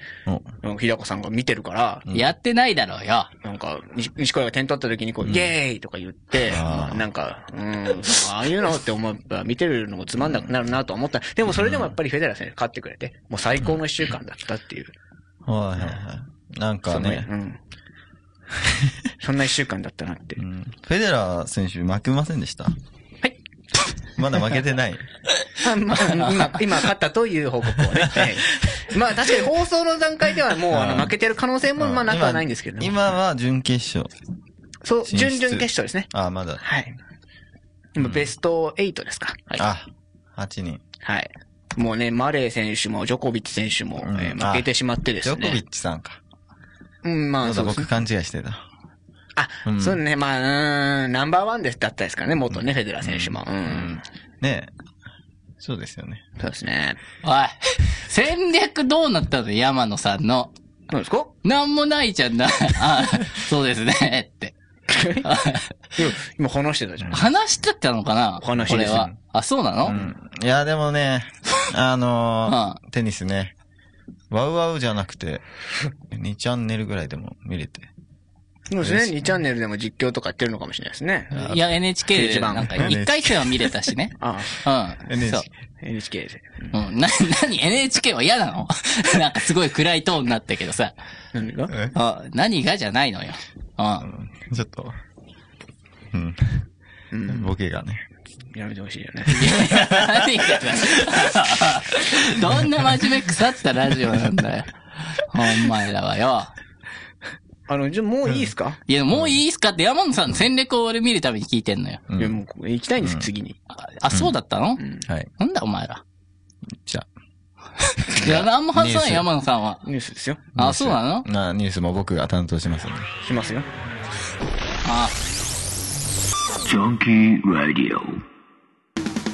Speaker 1: お、
Speaker 3: うん日高さんが見てるから、
Speaker 1: うん
Speaker 2: やってないだろうよ。
Speaker 3: なんか、西西川が点取った時にこう、イェーイとか言って、
Speaker 1: あー
Speaker 3: まあなんか、うん、ああいうのって思えば見てるのもつまんなくなるなと思った。でもそれでもやっぱりフェデラー選手勝ってくれて、もう最高の一週間だったっていう。
Speaker 1: はいはいはい。なんかね
Speaker 3: そ、のうん。そんな一週間だったなって
Speaker 1: う。んフェデラー選手負けませんでしたはい。 <laughs> まだ負けてない。
Speaker 3: あまあ、今、今勝ったという報告をね。はいまあ確かに放送の段階ではもうあ
Speaker 1: あ
Speaker 3: の
Speaker 1: ー
Speaker 3: 負けてる可能性も <laughs> まあなくはないんですけど、
Speaker 1: 今今は準決勝。
Speaker 3: そう、
Speaker 1: 進
Speaker 3: 準
Speaker 1: 出
Speaker 3: 々決勝ですね。
Speaker 1: あ、まだ。
Speaker 3: はい。今ベスト8ですか。はい。
Speaker 1: あ、8人。
Speaker 3: はい。もうね、マレー選手もジョコビッチ選手も、
Speaker 1: うん
Speaker 3: えー負けてしまってで
Speaker 1: ジョ
Speaker 3: す
Speaker 1: コビ
Speaker 3: ね。
Speaker 1: ッチさんか。
Speaker 3: うん、ま
Speaker 1: ま
Speaker 3: あ、
Speaker 1: だ
Speaker 3: そうです
Speaker 1: 僕
Speaker 3: ね。
Speaker 1: 勘違いしてた。
Speaker 3: あ、
Speaker 1: うん
Speaker 3: そうね、まあ、うん、ナンバーワンですだったですからね、元ね、フェデラー選手も。う
Speaker 1: うんん。。ねえ。そうですよね。
Speaker 3: そうですね。
Speaker 2: おい。戦略どうなったの山野さんの。
Speaker 3: どうですか
Speaker 2: なんもないじゃん
Speaker 3: <laughs>
Speaker 2: な。あそうですね。って。
Speaker 3: 今話してたじゃん。
Speaker 2: 話してたのかな
Speaker 3: 話
Speaker 2: こ
Speaker 3: で
Speaker 2: れ
Speaker 3: す
Speaker 2: は。あ、そうなの、
Speaker 1: うん。いや、で
Speaker 3: <laughs>
Speaker 1: もね、あの
Speaker 2: う
Speaker 1: ー、テニスね。ワウワウじゃなくて、2チャンネルぐらいでも見れて。
Speaker 3: そうですね、2チャンネルでも実況とかやってるのかもしれないですね。
Speaker 2: いや、NHK
Speaker 3: 掲示
Speaker 2: で、
Speaker 3: 板。
Speaker 2: なんか、一回戦は見れたしね
Speaker 3: ああ、
Speaker 2: うん。
Speaker 1: NHK
Speaker 2: そう。
Speaker 3: NHK で。
Speaker 2: うん。な、 <laughs> なに ?NHK は嫌なの <laughs> なんかすごい暗いトーンになったけどさ。
Speaker 3: 何が
Speaker 1: え
Speaker 2: あ何がじゃないのよ。
Speaker 1: う
Speaker 2: うん。
Speaker 1: んちょっと。うん。
Speaker 3: うん。
Speaker 1: ボケがね。
Speaker 3: やめてほしいよね。 <laughs>
Speaker 2: 何がだよ <laughs> どんな真面目腐ったラジオなんだよ。お前らはよ。
Speaker 3: あの、じゃあもういいですか
Speaker 2: いや、もういいっすかって山野さんの戦略を俺見るために聞いてんのよ。
Speaker 1: うん
Speaker 3: いや、もう行きたいんです、
Speaker 1: うん
Speaker 3: 次に。
Speaker 2: あ、あそうだったの、
Speaker 3: うん。
Speaker 1: はい。
Speaker 2: なんだお前ら。
Speaker 1: じゃ
Speaker 2: いや、なんも話さな
Speaker 1: ニュー
Speaker 2: い
Speaker 1: ス
Speaker 2: 山野さんは。
Speaker 3: ニュースですよ。
Speaker 1: あ。
Speaker 2: あ、そうなの
Speaker 1: なニュースも僕が担当しますので。
Speaker 3: しますよ。
Speaker 2: あ、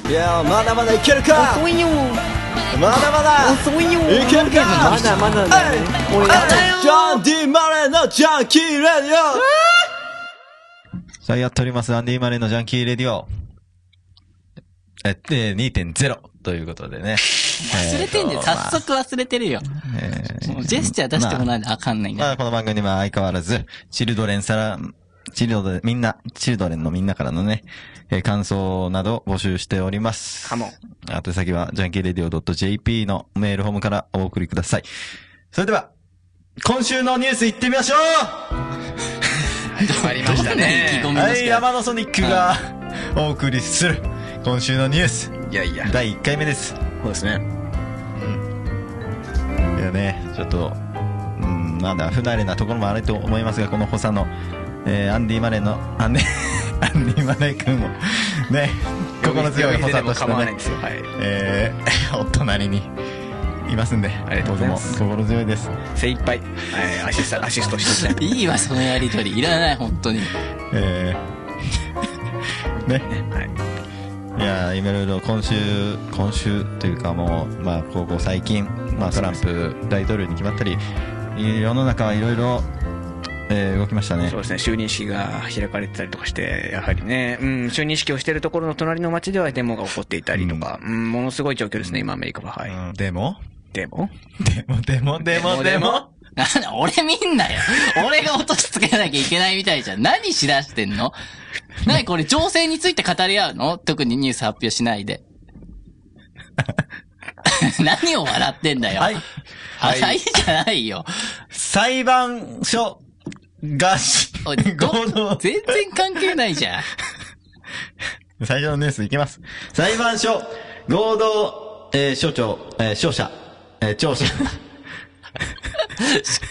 Speaker 4: いやまだまだいけるか遅いよまだまだ遅いよいけるかまだまだだねジョン・ディ・マレーのジャンキー・レディオ
Speaker 1: さあ、やっております。アンディ・マレーのジャンキー・レディオ。え、で、2.0ということでね。
Speaker 2: 忘れてんじゃん。早速忘れてるよ。
Speaker 1: えーとまあえー
Speaker 2: もうジェスチャー出してもらわないであかんねんけど
Speaker 1: まあ、この番組は相変わらず、チルドレンサラ、チルドレン、みんな、チルドレンのみんなからのね、えー感想など募集しております。
Speaker 3: カモン。
Speaker 1: 宛先は、ジャンキーレディオ .jp のメールホームからお送りください。それでは、今週のニュース行ってみましょ
Speaker 3: 始まりました
Speaker 2: どんな <laughs> 意気
Speaker 3: ね
Speaker 2: 込。み
Speaker 1: う
Speaker 2: で
Speaker 1: は
Speaker 2: す
Speaker 1: い、
Speaker 2: か
Speaker 1: 山のソニックがお送りする、今週のニュース、
Speaker 3: <laughs> いやいや。
Speaker 1: 第1回目です。
Speaker 3: そうですね。
Speaker 1: いやね、ちょっと、うん、なんだ、不慣れなところもあると思いますが、この補佐の、えーアンデ <laughs> ィ・マレーの、あ、ね、アンディ・マレー君も、ね、心強い補佐として
Speaker 3: 呼び捨てでも構わ
Speaker 1: ね
Speaker 3: ないんですよ。はい。
Speaker 1: えー、お <laughs> 隣にいますんで、
Speaker 3: りがとうございます
Speaker 1: 僕も心強いです。
Speaker 3: 精一杯、はいアシスタ、アシストして
Speaker 2: いいわ、そのやりとり。いらない、本当に。
Speaker 1: えー、 <laughs> ね、
Speaker 3: はい。
Speaker 1: いやーいろいろ今週、今週というかもう、まあ、ここ最近、まあ、トランプ大統領に決まったり、世の中はいろいろ、えー動きましたね
Speaker 3: そう。ですね、就任式が開かれてたりとかして、やはりね、うん、就任式をしてるところの隣の町ではデモが起こっていたりとか、うん、ものすごい状況ですね、今アメリカは。はい。
Speaker 1: うんでも <laughs>
Speaker 3: デモ
Speaker 1: でもでもでもでも
Speaker 2: なんだ、俺見んなよ。俺が落としつけなきゃいけないみたいじゃん。何しだしてんの何これ、情勢について語り合うの特にニュース発表しないで。 <laughs> 何を笑ってんだよ。
Speaker 1: はい。
Speaker 2: はい、はい、じゃないよ。
Speaker 1: 裁判所がし
Speaker 2: おいど
Speaker 1: 合同
Speaker 2: 全然関係ないじゃん。
Speaker 1: 最初のニュースいきます。裁判所、合同、えー、所長、えー、所者、えー、庁舎、
Speaker 2: しっ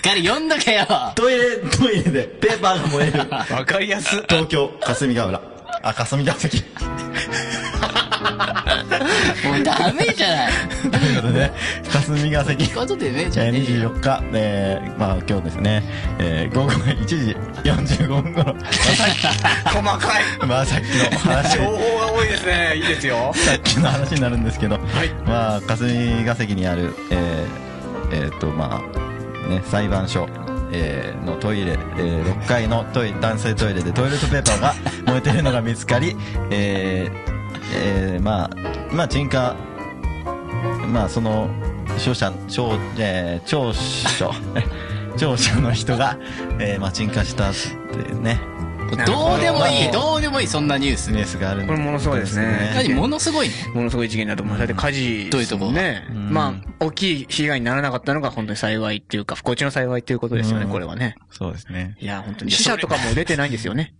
Speaker 2: かり読んどけよ。
Speaker 1: トイレ、トイレでペーパーが燃える。
Speaker 3: わかりやす。
Speaker 1: 東京、霞ヶ浦。あ、霞ヶ関。
Speaker 2: もうダメじゃない。
Speaker 1: ということで、霞ヶ関。
Speaker 2: こういうことでねえじゃ
Speaker 1: えー
Speaker 2: んねえよ。
Speaker 1: 24日、えー、まあ今日ですね、えー、午後1時45分頃、
Speaker 3: 細かい。
Speaker 1: まあさっきの話
Speaker 3: 情報が多いですね。いいですよ。
Speaker 1: さっきの話になるんですけど、
Speaker 3: い
Speaker 1: まあ霞が関にあるえーえーとまあね裁判所えーのトイレ、えー6階のトイ男性トイレでトイレットペーパーが
Speaker 3: <laughs>
Speaker 1: 燃えてるのが見つかり、えーえーまあ、まあ鎮火、まあ、その庁舎庁,、えー、庁 <laughs> 所庁舎の人が、えーまあ、鎮火したっていうね
Speaker 2: どうでもいい、どうでもいい、そんなニュース
Speaker 1: ニュ。ースがあるん
Speaker 3: これものすごいですね
Speaker 2: 何、ものすごいね。
Speaker 3: ものすごい事件だと思う。だって火事
Speaker 2: ど
Speaker 3: で
Speaker 2: ういう
Speaker 3: す
Speaker 2: とこ
Speaker 3: もんね。
Speaker 1: ん
Speaker 3: まあ、大きい被害にならなかったのが本当に幸いっていうか、不幸中の幸いっていうことですよね、
Speaker 1: うん
Speaker 3: これはね。
Speaker 1: そうですね
Speaker 3: いや、本当に。死者とかも出てないんですよね。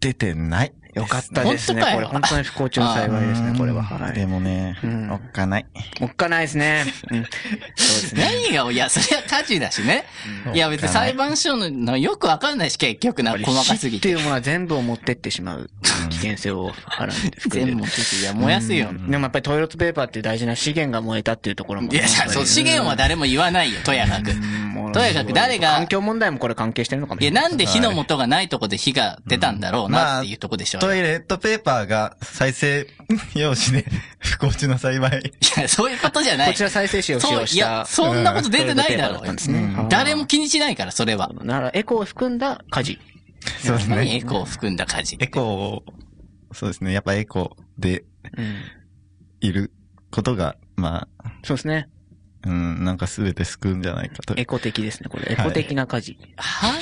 Speaker 1: 出てない
Speaker 3: よかったですね
Speaker 2: 本当か。よ
Speaker 3: これ本当に不幸中の幸いです
Speaker 1: う
Speaker 3: ね、
Speaker 1: ん
Speaker 3: これは。はい
Speaker 1: で。もね、
Speaker 3: うん
Speaker 1: おっかない。
Speaker 3: おっかないです
Speaker 2: <laughs>
Speaker 3: ね。うん。そうですね。
Speaker 2: 何が、いや、それは火事だしね。いや、別に裁判所ののよくわかんないし、結局な、
Speaker 3: やっぱり
Speaker 2: 細かす
Speaker 3: 死
Speaker 2: ぎ
Speaker 3: って
Speaker 2: て。
Speaker 3: いうものは全部を持ってってしまう危険性をはらんで含んで
Speaker 2: 全
Speaker 3: る
Speaker 2: 部、いや、燃やすよ。
Speaker 3: うんでもやっぱりトイレットペーパーっていう大事な資源が燃えたっていうところも
Speaker 2: い
Speaker 3: ね。
Speaker 2: や、そう、資源は誰も言わないよ、とやかく。
Speaker 3: もう
Speaker 2: とにかく誰が
Speaker 3: 環境問題もこれ関係してるのかも
Speaker 2: い
Speaker 3: し
Speaker 2: や、
Speaker 3: れない。
Speaker 2: なんで火の元がないとこで火が出たんだろうなっていうとこでしょう
Speaker 1: ト
Speaker 2: ね。
Speaker 1: イレットペーパーが再生用紙で <laughs> 不幸中の幸い。
Speaker 2: いや、そういうことじゃない。
Speaker 3: こちら再生紙を使
Speaker 2: そう
Speaker 3: 用
Speaker 2: い
Speaker 3: し
Speaker 2: や、
Speaker 3: た。
Speaker 2: そんなこと出てないだ
Speaker 3: トイレットペーパー
Speaker 2: ろ
Speaker 3: っ
Speaker 2: う
Speaker 3: た
Speaker 2: よ
Speaker 3: んですね。あー
Speaker 2: 誰も気にしないから、それは。
Speaker 3: なら、エコを含んだ火事。
Speaker 1: そうです
Speaker 2: 何エ
Speaker 1: ね。
Speaker 2: コーを含んだ火事。
Speaker 1: エコーを、そうですね。やっぱエコーで
Speaker 3: うん。
Speaker 1: いることが、ま
Speaker 3: そうですね。
Speaker 1: あ、うん、なんか全て救うんじゃないかと。
Speaker 3: エコ的ですね、これ。エコ的な火事。
Speaker 2: は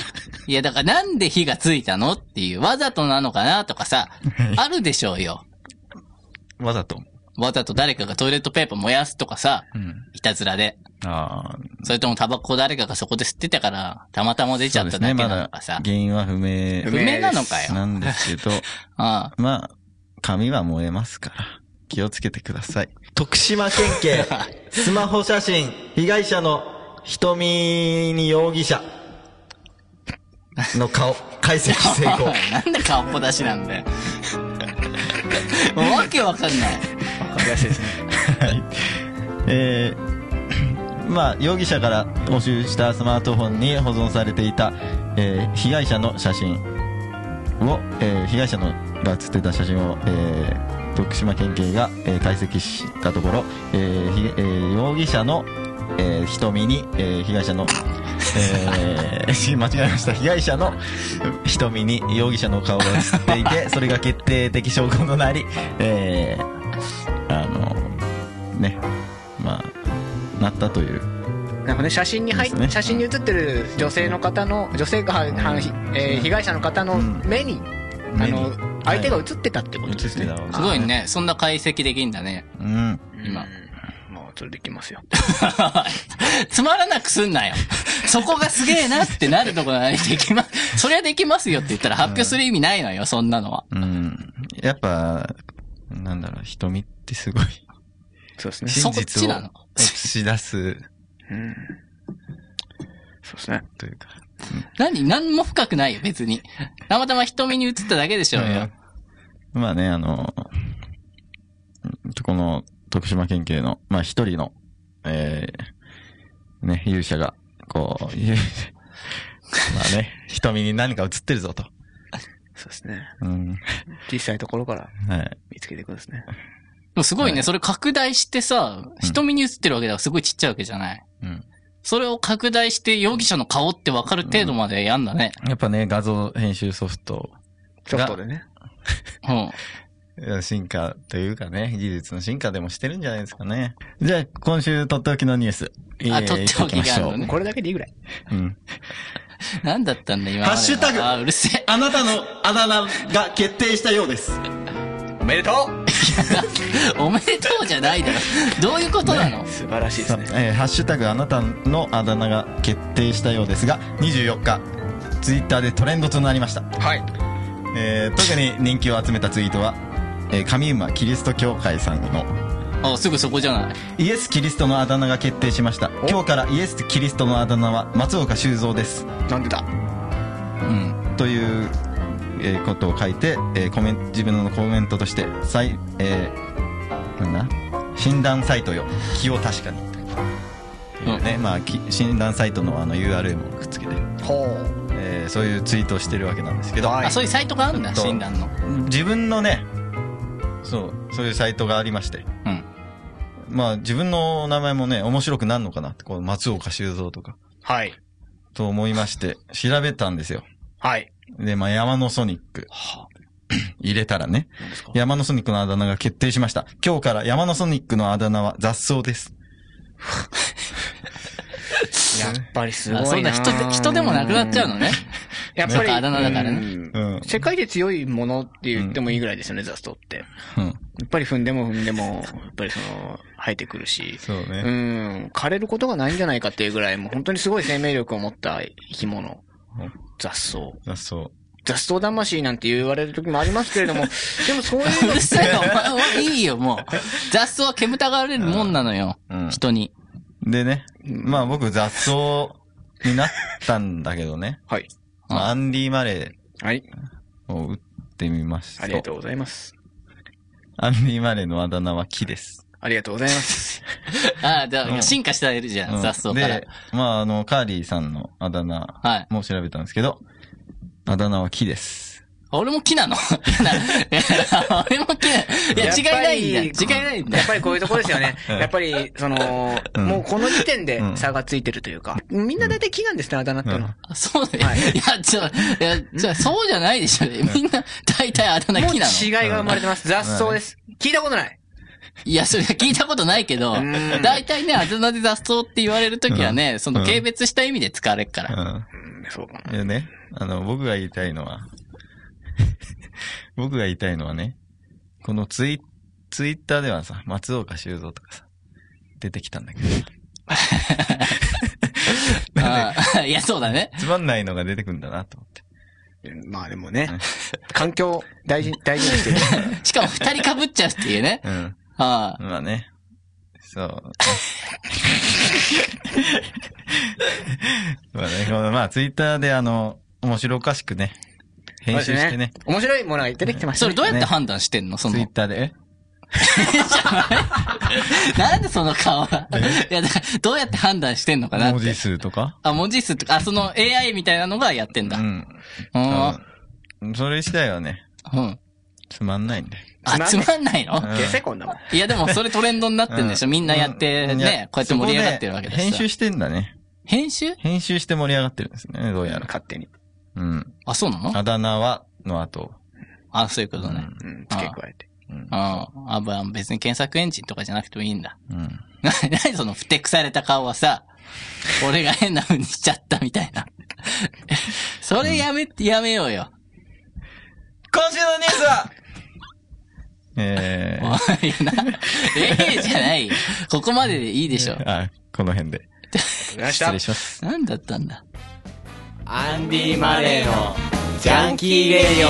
Speaker 2: いや、だからなんで火がついたのっていう、わざとなのかなとかさ、あるでしょうよ。
Speaker 1: わざと。
Speaker 2: わざと誰かがトイレットペーパー燃やすとかさ、
Speaker 1: うん。
Speaker 2: いたずらで。
Speaker 1: ああ、
Speaker 2: それともタバコを誰かがそこで吸ってたから、たまたま出ちゃっただけ
Speaker 1: ま
Speaker 2: なの
Speaker 1: だ
Speaker 2: かさ。
Speaker 1: 原因は不明
Speaker 2: 不明なのかよ。
Speaker 1: なんですけど、
Speaker 2: ああ
Speaker 1: まあ、紙は燃えますから、気をつけてください。
Speaker 4: 徳島県
Speaker 1: <laughs>
Speaker 4: 警、スマホ写真、被害者の瞳に容疑者の顔、解析成功。
Speaker 2: <laughs> なんで顔っぽ出しなんだよ。もうわけわかんない。
Speaker 3: わかりやすいですね。
Speaker 1: はい。えー <coughs> まあ、容疑者から押収したスマートフォンに保存されていた、えー被害者の写真を、えー被害者のが写ってた写真を、えー徳島県警が、えー解析したところ、えーひえー容疑者の、えー瞳に、えー被害者の、えー間違えました。被害者の瞳に容疑者の顔が写っていて、それが決定的証拠となり、えーあの、ね、まあ、なったという
Speaker 3: なんかね、写真に入っ
Speaker 1: ですね
Speaker 3: 写真に写ってる女性の方の、女性が、ははえー被害者の方の
Speaker 1: うん
Speaker 3: 目に、あ
Speaker 1: 目に
Speaker 3: の、相手が写ってたってことですね。
Speaker 1: はい映ってた
Speaker 2: すごいね。そんな解析できんだね。
Speaker 1: うん。
Speaker 2: 今
Speaker 3: うん。もう、それできますよ。
Speaker 2: つまらなくすんなよ。そこがすげえなってなるとこなりできます。そりゃできますよって言ったら発表する意味ないのよ、そんなのは。
Speaker 1: うん。やっぱ、なんだろう、瞳ってすごい。
Speaker 3: そうですね。
Speaker 2: そ
Speaker 1: 真
Speaker 2: っち
Speaker 1: 実を
Speaker 2: なの
Speaker 1: 映し出す
Speaker 3: うん。そうですね。
Speaker 1: というか。
Speaker 2: 何何も深くないよ、別に。たまたま瞳に映っただけでしょうよ。
Speaker 1: うんまあね、あの、うんこの徳島県警の、まあ一人の、えー、ね、勇者が、こう、 <laughs> 勇者まあね、瞳に何か映ってるぞと。
Speaker 3: そうですね。
Speaker 1: うん。
Speaker 3: 小さいところから
Speaker 1: はい。
Speaker 3: 見つけていくんですね。
Speaker 2: でもすごい
Speaker 1: は
Speaker 2: ね、
Speaker 1: い
Speaker 2: それ拡大してさ、瞳に映ってるわけだからすごいちっちゃいわけじゃない。
Speaker 1: うん。
Speaker 2: それを拡大して容疑者の顔ってわかる程度までやんだね。
Speaker 1: やっぱね、画像編集ソフト、
Speaker 3: ソフトでね。
Speaker 2: うん。
Speaker 1: うん進化というかね、技術の進化でもしてるんじゃないですかね。じゃあ、今週、とっておきのニュース。
Speaker 2: あとって
Speaker 1: 行っ
Speaker 2: おきがあるのね
Speaker 1: ていきましょ
Speaker 3: これだけでいいぐらい。
Speaker 1: ううん。
Speaker 2: なんだったんだ、今までは。
Speaker 4: ハッシュタグ
Speaker 2: あー、うるせえ。
Speaker 4: あなたのあだ名が決定したようです。
Speaker 3: おめでとう
Speaker 2: おめでとうじゃないだろ。どういうことなの、
Speaker 3: 素晴らしいです
Speaker 1: さ
Speaker 3: ね。
Speaker 1: えーハッシュタグあなたのあだ名が決定したようですが、24日、ツイッターでトレンドとなりました。
Speaker 3: はい。
Speaker 1: えー特に人気を集めたツイートは、えー上馬キリスト教会さんの、
Speaker 2: あ、すぐそこじゃない。
Speaker 1: イエス・キリストのあだ名が決定しました。今日からイエス・キリストのあだ名は松岡修造です。
Speaker 3: なんでだ
Speaker 1: うん、という、えーことを書いて、えーコメン自分のコメントとして再、えーなんだ診断サイトよ気を確かに、
Speaker 2: うん
Speaker 1: ねまあ、き診断サイトのあの URL もくっつけて、
Speaker 3: ほう。
Speaker 1: えーそういうツイートをしてるわけなんですけど、
Speaker 3: はい
Speaker 2: あ、そういうサイトがあるんだ、
Speaker 1: ちょっと
Speaker 2: 診断の。
Speaker 1: 自分のねそうそういうサイトがありまして
Speaker 2: うん。
Speaker 1: まあ自分の名前もね面白くなんのかなってこう松岡修造とか
Speaker 3: はい。
Speaker 1: と思いまして調べたんですよ
Speaker 3: はい。
Speaker 1: で、まあ、山のソニック。入れたらね。山のソニックのあだ名が決定しました。今日から山のソニックのあだ名は雑草です。
Speaker 3: やっぱりすごい
Speaker 2: あ
Speaker 3: な。
Speaker 2: そんな人で、人でもなくなっちゃうの
Speaker 3: <laughs>
Speaker 2: ね。
Speaker 3: やっぱり。
Speaker 2: なんかあだ名だからね
Speaker 3: うん
Speaker 1: うん
Speaker 3: 世界で強いものって言ってもいいぐらいですよね、雑草って。や
Speaker 1: うん。
Speaker 3: っぱり踏んでも踏んでも、やっぱりその、生えてくるし。
Speaker 1: そう
Speaker 3: う
Speaker 1: ね。
Speaker 3: ん。枯れることがないんじゃないかっていうぐらい、もう本当にすごい生命力を持った生き物
Speaker 1: うん。
Speaker 3: 雑草。
Speaker 1: 雑草。
Speaker 3: 雑草魂なんて言われる時もありますけれども、でもそういう
Speaker 2: う
Speaker 3: の
Speaker 2: る、せえよ、お前はいいよ、もう。雑草は煙たがられるもんなのよ。
Speaker 1: うん
Speaker 2: 人に。
Speaker 1: でね、まあ僕雑草になったんだけどね。
Speaker 3: はい。
Speaker 1: まあアンディ・マレ
Speaker 3: はい。
Speaker 1: ーを打ってみました。
Speaker 3: ありがとうございます。
Speaker 1: アンディ・マレーのあだ名は木です。
Speaker 3: ありがとうございます。
Speaker 2: あじゃ
Speaker 1: う
Speaker 2: あ、
Speaker 1: ん
Speaker 2: 進化してるじゃ、
Speaker 1: うんん
Speaker 2: 雑草から
Speaker 1: で。、まああの、カーリーさんのあだ名
Speaker 2: はい。
Speaker 1: も調べたんですけど、あだ名は木です。
Speaker 2: 俺も木なの <laughs> いやいや俺も木なの。いや、
Speaker 3: やっ
Speaker 2: 違い
Speaker 3: ぱ
Speaker 2: な
Speaker 3: り
Speaker 2: いんだ。違いないんだ
Speaker 3: やっ。ぱりこういうとこですよね。
Speaker 1: うん
Speaker 3: やっぱり、その、
Speaker 1: うん
Speaker 3: もうこの時点で
Speaker 1: うん
Speaker 3: 差がついてるというか、みんな大体木なんですね、あだ名ってのは。
Speaker 2: そうだ
Speaker 3: はい
Speaker 2: よ。いや、ちょ、いや、ちょ、そうじゃないでしょ。みんな、大体あだ名
Speaker 3: もう
Speaker 2: 木なの。
Speaker 3: 違いが生まれてます。雑草です。聞いたことない。
Speaker 2: いや、それは聞いたことないけど
Speaker 3: ん、
Speaker 2: 大体ね、あだ名で雑草って言われるときはね、その軽蔑した意味で使われるか
Speaker 1: う
Speaker 2: ら。
Speaker 1: ん。
Speaker 3: うんそうかな。
Speaker 1: でね、あの、僕が言いたいのは、 <laughs> 僕が言いたいのはね、このツイ、ツイッターではさ、松岡修造とかさ、出てきたんだけど、
Speaker 2: あー <laughs> いや、そうだね。
Speaker 1: つまんないのが出てくんだなと思って。
Speaker 3: まあでもね、環境を大
Speaker 2: <laughs>
Speaker 3: 事に、大事にしてる。
Speaker 2: しかも二人被っちゃうっていうね。
Speaker 1: うん。
Speaker 2: ああ
Speaker 1: まあね、
Speaker 2: <laughs>
Speaker 1: そう。まあね、このまあツイッターであの、面白おかしくね、編集してね、。
Speaker 3: 面白いものが出てきてました
Speaker 2: それ
Speaker 3: ね。
Speaker 2: どうやって判断してんのそ
Speaker 1: ツイッ
Speaker 2: の、
Speaker 1: ターで、
Speaker 2: なんでその顔は。いや、だからどうやって判断してんのか
Speaker 1: え
Speaker 2: な
Speaker 1: 文
Speaker 2: っ
Speaker 1: 字
Speaker 2: て。
Speaker 1: 数とか
Speaker 2: あ、文字数とか、あ、その AI みたいなのがやってん
Speaker 1: う
Speaker 2: だ。うん。
Speaker 1: ん。うんそれ自体はね、
Speaker 2: うん。
Speaker 1: つまんないんだよ。
Speaker 2: あ、つまんないの
Speaker 1: うん
Speaker 3: 消せ、こんなもん。
Speaker 2: いや、でもそれトレンドになってんでしょみんなやって
Speaker 1: うんい
Speaker 2: ね、こうやって盛り上がってるわけだ
Speaker 1: そこ
Speaker 2: し
Speaker 1: ね
Speaker 2: さ。
Speaker 1: 編集してんだね。
Speaker 2: 編集
Speaker 1: 編集して盛り上がってるんですね、どうやら。
Speaker 3: 勝手に。
Speaker 1: うん。
Speaker 2: あ、そうなの
Speaker 1: あだ名は、の後。
Speaker 2: あ、そういうこ
Speaker 1: う
Speaker 2: とね。
Speaker 1: ん
Speaker 3: うん、付け加えて。
Speaker 1: うん。
Speaker 2: ああ、あ、まあ別に検索エンジンとかじゃなくてもいいんだ。 <laughs>
Speaker 1: うん。
Speaker 2: な、なにそのふてくされた顔はさ、俺が変な風にしちゃったみたいな。 <laughs> それやめ、やめようよ。
Speaker 4: 今週のニュースは、
Speaker 1: え
Speaker 2: おいな。ええじゃないよ。ここまででいいでしょ
Speaker 1: ー、。あ、この辺で。失礼します。
Speaker 2: なんだったんだ。
Speaker 5: アンディ・マレーのジャンキー・レディオ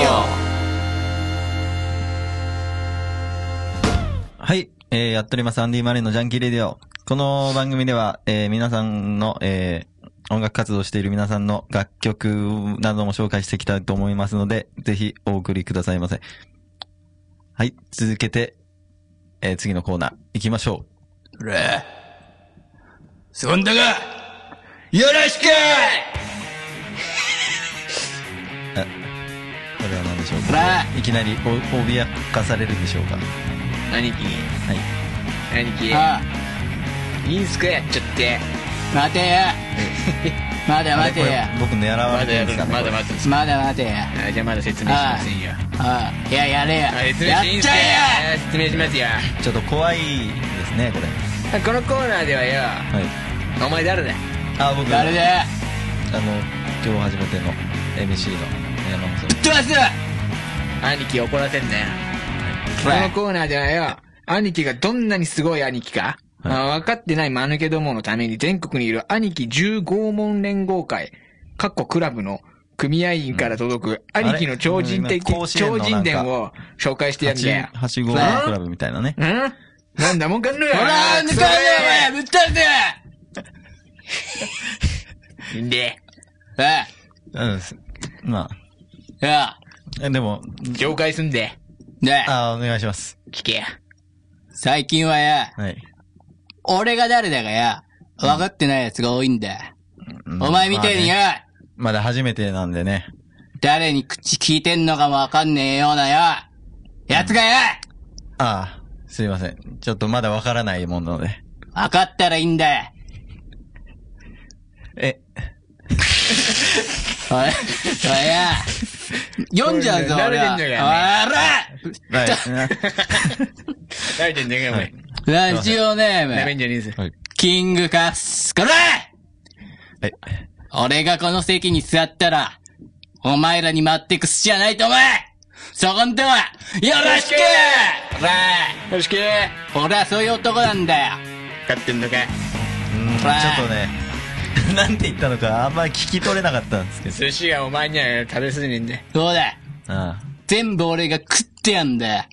Speaker 1: はい。えー、やっております。アンディ・マレーのジャンキー・レディオ。この番組では、えー、皆さんの、えー、音楽活動している皆さんの楽曲なども紹介していきたいと思いますので、ぜひお送りくださいませ。はい。続けて、えー、次のコーナー行きましょう。
Speaker 2: それ。そんだが、よろしく
Speaker 1: これは何でしょう
Speaker 2: ほ、
Speaker 1: からいきなりお脅かされるんでしょうか
Speaker 3: 兄貴、
Speaker 1: はい。
Speaker 3: 兄貴、
Speaker 2: あ
Speaker 3: いいんすかやっちゃって。
Speaker 2: 待てよ。まだ待てよ。
Speaker 1: あれこれ僕狙われてるんですかね
Speaker 3: まだ待ってます。
Speaker 2: まだ待てよ。
Speaker 3: あじゃあまだ説明しませんよ。
Speaker 2: あいや、やれよ。
Speaker 3: はい、説明
Speaker 2: や
Speaker 3: し
Speaker 2: っ
Speaker 3: ていいん
Speaker 2: ち
Speaker 3: すか
Speaker 2: ゃえよ
Speaker 3: あ説明しますよ。
Speaker 1: ちょっと怖いですね、これ。
Speaker 3: このコーナーではよ、
Speaker 1: はい。
Speaker 3: お前誰だ
Speaker 1: あ、僕、
Speaker 2: 誰だよ
Speaker 1: あの、今日初めての MC の山本さん。
Speaker 2: ぶっ飛ばすよ
Speaker 3: 兄貴怒らせんなよ。
Speaker 2: ほ
Speaker 3: こ
Speaker 2: ら
Speaker 3: のコーナーではよ、兄貴がどんなにすごい兄貴か、
Speaker 1: はい
Speaker 3: まあ分かってない間抜けどものために全国にいる兄貴15門連合会、かっこクラブの組合員から届く兄貴の超人的、
Speaker 1: あれうん甲子園のな
Speaker 3: 超
Speaker 1: んか
Speaker 3: 人伝を紹介してや
Speaker 1: は
Speaker 3: るんだよ
Speaker 1: ち。はしごクラブみたいなね。
Speaker 3: んなんだもんかんのよ。
Speaker 2: ほら、抜かん
Speaker 3: そ
Speaker 2: だ
Speaker 3: れ
Speaker 2: よぶっ飛ばせよ
Speaker 3: お前で、
Speaker 2: あ
Speaker 1: うん。ま
Speaker 2: あ、あ
Speaker 1: あ、えでも、
Speaker 3: 紹介すんで、
Speaker 2: で、
Speaker 1: あ、お願いします。
Speaker 3: 聞けや。
Speaker 2: 最近はよ、
Speaker 1: はい。
Speaker 2: 俺が誰だかよ、分かってない奴が多いんだ。
Speaker 1: うん
Speaker 2: お前みたいによ
Speaker 1: まあね、まだ初めてなんでね。
Speaker 2: 誰に口聞いてんのかもわかんねえようなよ、奴がよ、
Speaker 1: ああ、すいません。ちょっとまだわからないもので。
Speaker 2: 分かったらいいんだよ。
Speaker 1: え、
Speaker 2: おい、おいよ、読んじゃうぞ、
Speaker 3: これ
Speaker 2: 俺
Speaker 3: ね
Speaker 2: は。
Speaker 3: 慣
Speaker 2: お
Speaker 3: れてんじゃ大
Speaker 1: はい。
Speaker 2: いおら <laughs>
Speaker 3: ちゃんでかいお前。
Speaker 2: ラジオネ
Speaker 3: なめん
Speaker 2: ーム、
Speaker 3: じゃねえぞ。
Speaker 1: はい。
Speaker 2: キングカス、こら
Speaker 1: はい。
Speaker 2: 俺がこの席に座ったら、お前らに待ってくすじゃないと思えそこんとは、よろしくほら
Speaker 3: よろしく
Speaker 2: 俺はそういう男なんだよ
Speaker 3: 勝ってんのか
Speaker 1: うん、ちょ
Speaker 2: ほら
Speaker 1: っとね、 <laughs> なんて言ったのかあんまり聞き取れなかったんですけど。
Speaker 3: 寿司がお前には食べすぎねえんだよ。
Speaker 2: そうだ
Speaker 1: あ
Speaker 2: 全部俺が食ってやんだよ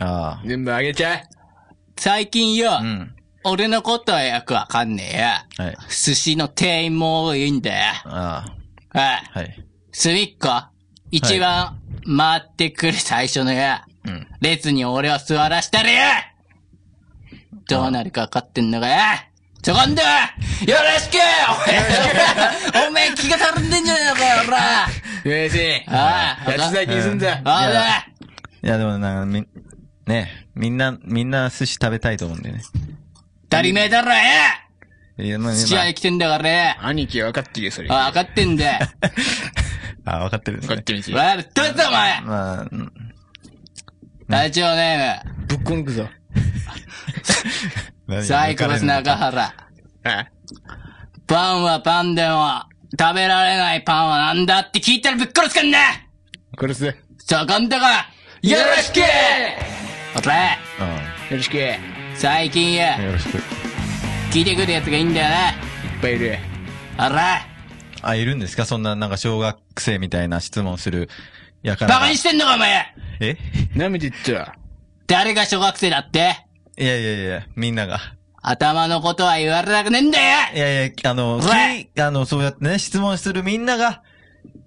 Speaker 1: あ、あ
Speaker 3: 全部あげちゃえ。
Speaker 2: 最近よ、
Speaker 1: あ。うん。
Speaker 2: 俺のことはよくわかんねえよ。
Speaker 1: はい。
Speaker 2: 寿司の店員も多いんだよ。
Speaker 1: あ
Speaker 2: はい
Speaker 1: あ、。はい。
Speaker 2: 隅っこ、一番回ってくる最初のよ。
Speaker 1: うん。
Speaker 2: 列に俺を座らしたりよどうなるか分かってんのかよちょこんだよろしくおめえ、おめえ気がたるんでんじゃねえのかよ、おら
Speaker 3: うしい。
Speaker 2: ああ、
Speaker 3: やつ最近すんだ。
Speaker 2: あだ
Speaker 1: いや、でもな、み、ねみんな、みんな寿司食べたいと思うんでね。
Speaker 2: 当たり前だろよ
Speaker 1: いや、まあ、まあ
Speaker 2: 試合来てんだからよ
Speaker 3: 兄貴分かってるよ、それ。
Speaker 2: あ、分かってんだよ。
Speaker 1: あ、わかってるんです
Speaker 3: 分か
Speaker 1: ね
Speaker 3: っ。てるし。
Speaker 2: おら、どうぞお前
Speaker 1: まあ、うん
Speaker 2: ラジオネー
Speaker 3: ぶっこ抜くぞ。
Speaker 1: 何
Speaker 2: ム、サイコロス中原。
Speaker 3: あ
Speaker 2: パンはパンでも、食べられないパンはなんだって聞いたらぶっ殺すかんな
Speaker 3: 殺す。よ
Speaker 2: そこんとこ、よろしくおら
Speaker 3: ろしく。いっ
Speaker 2: 最近や
Speaker 1: うん。、よろしく。
Speaker 2: 聞いてくるやつがいいんだよ
Speaker 3: ぱいいる。
Speaker 2: な。おら、
Speaker 1: あ、いるんですかそんな、なんか小学生みたいな質問する、やから。
Speaker 2: バカにしてんのかお前
Speaker 1: え
Speaker 3: なめてっちゃ。
Speaker 2: 誰が小学生だって
Speaker 1: いやいやいや、みんなが。
Speaker 2: 頭のことは言われたくねえんだ
Speaker 1: い
Speaker 2: よ
Speaker 1: やいや、あの、
Speaker 2: うわ
Speaker 1: きあの、そうやってね、質問するみんなが、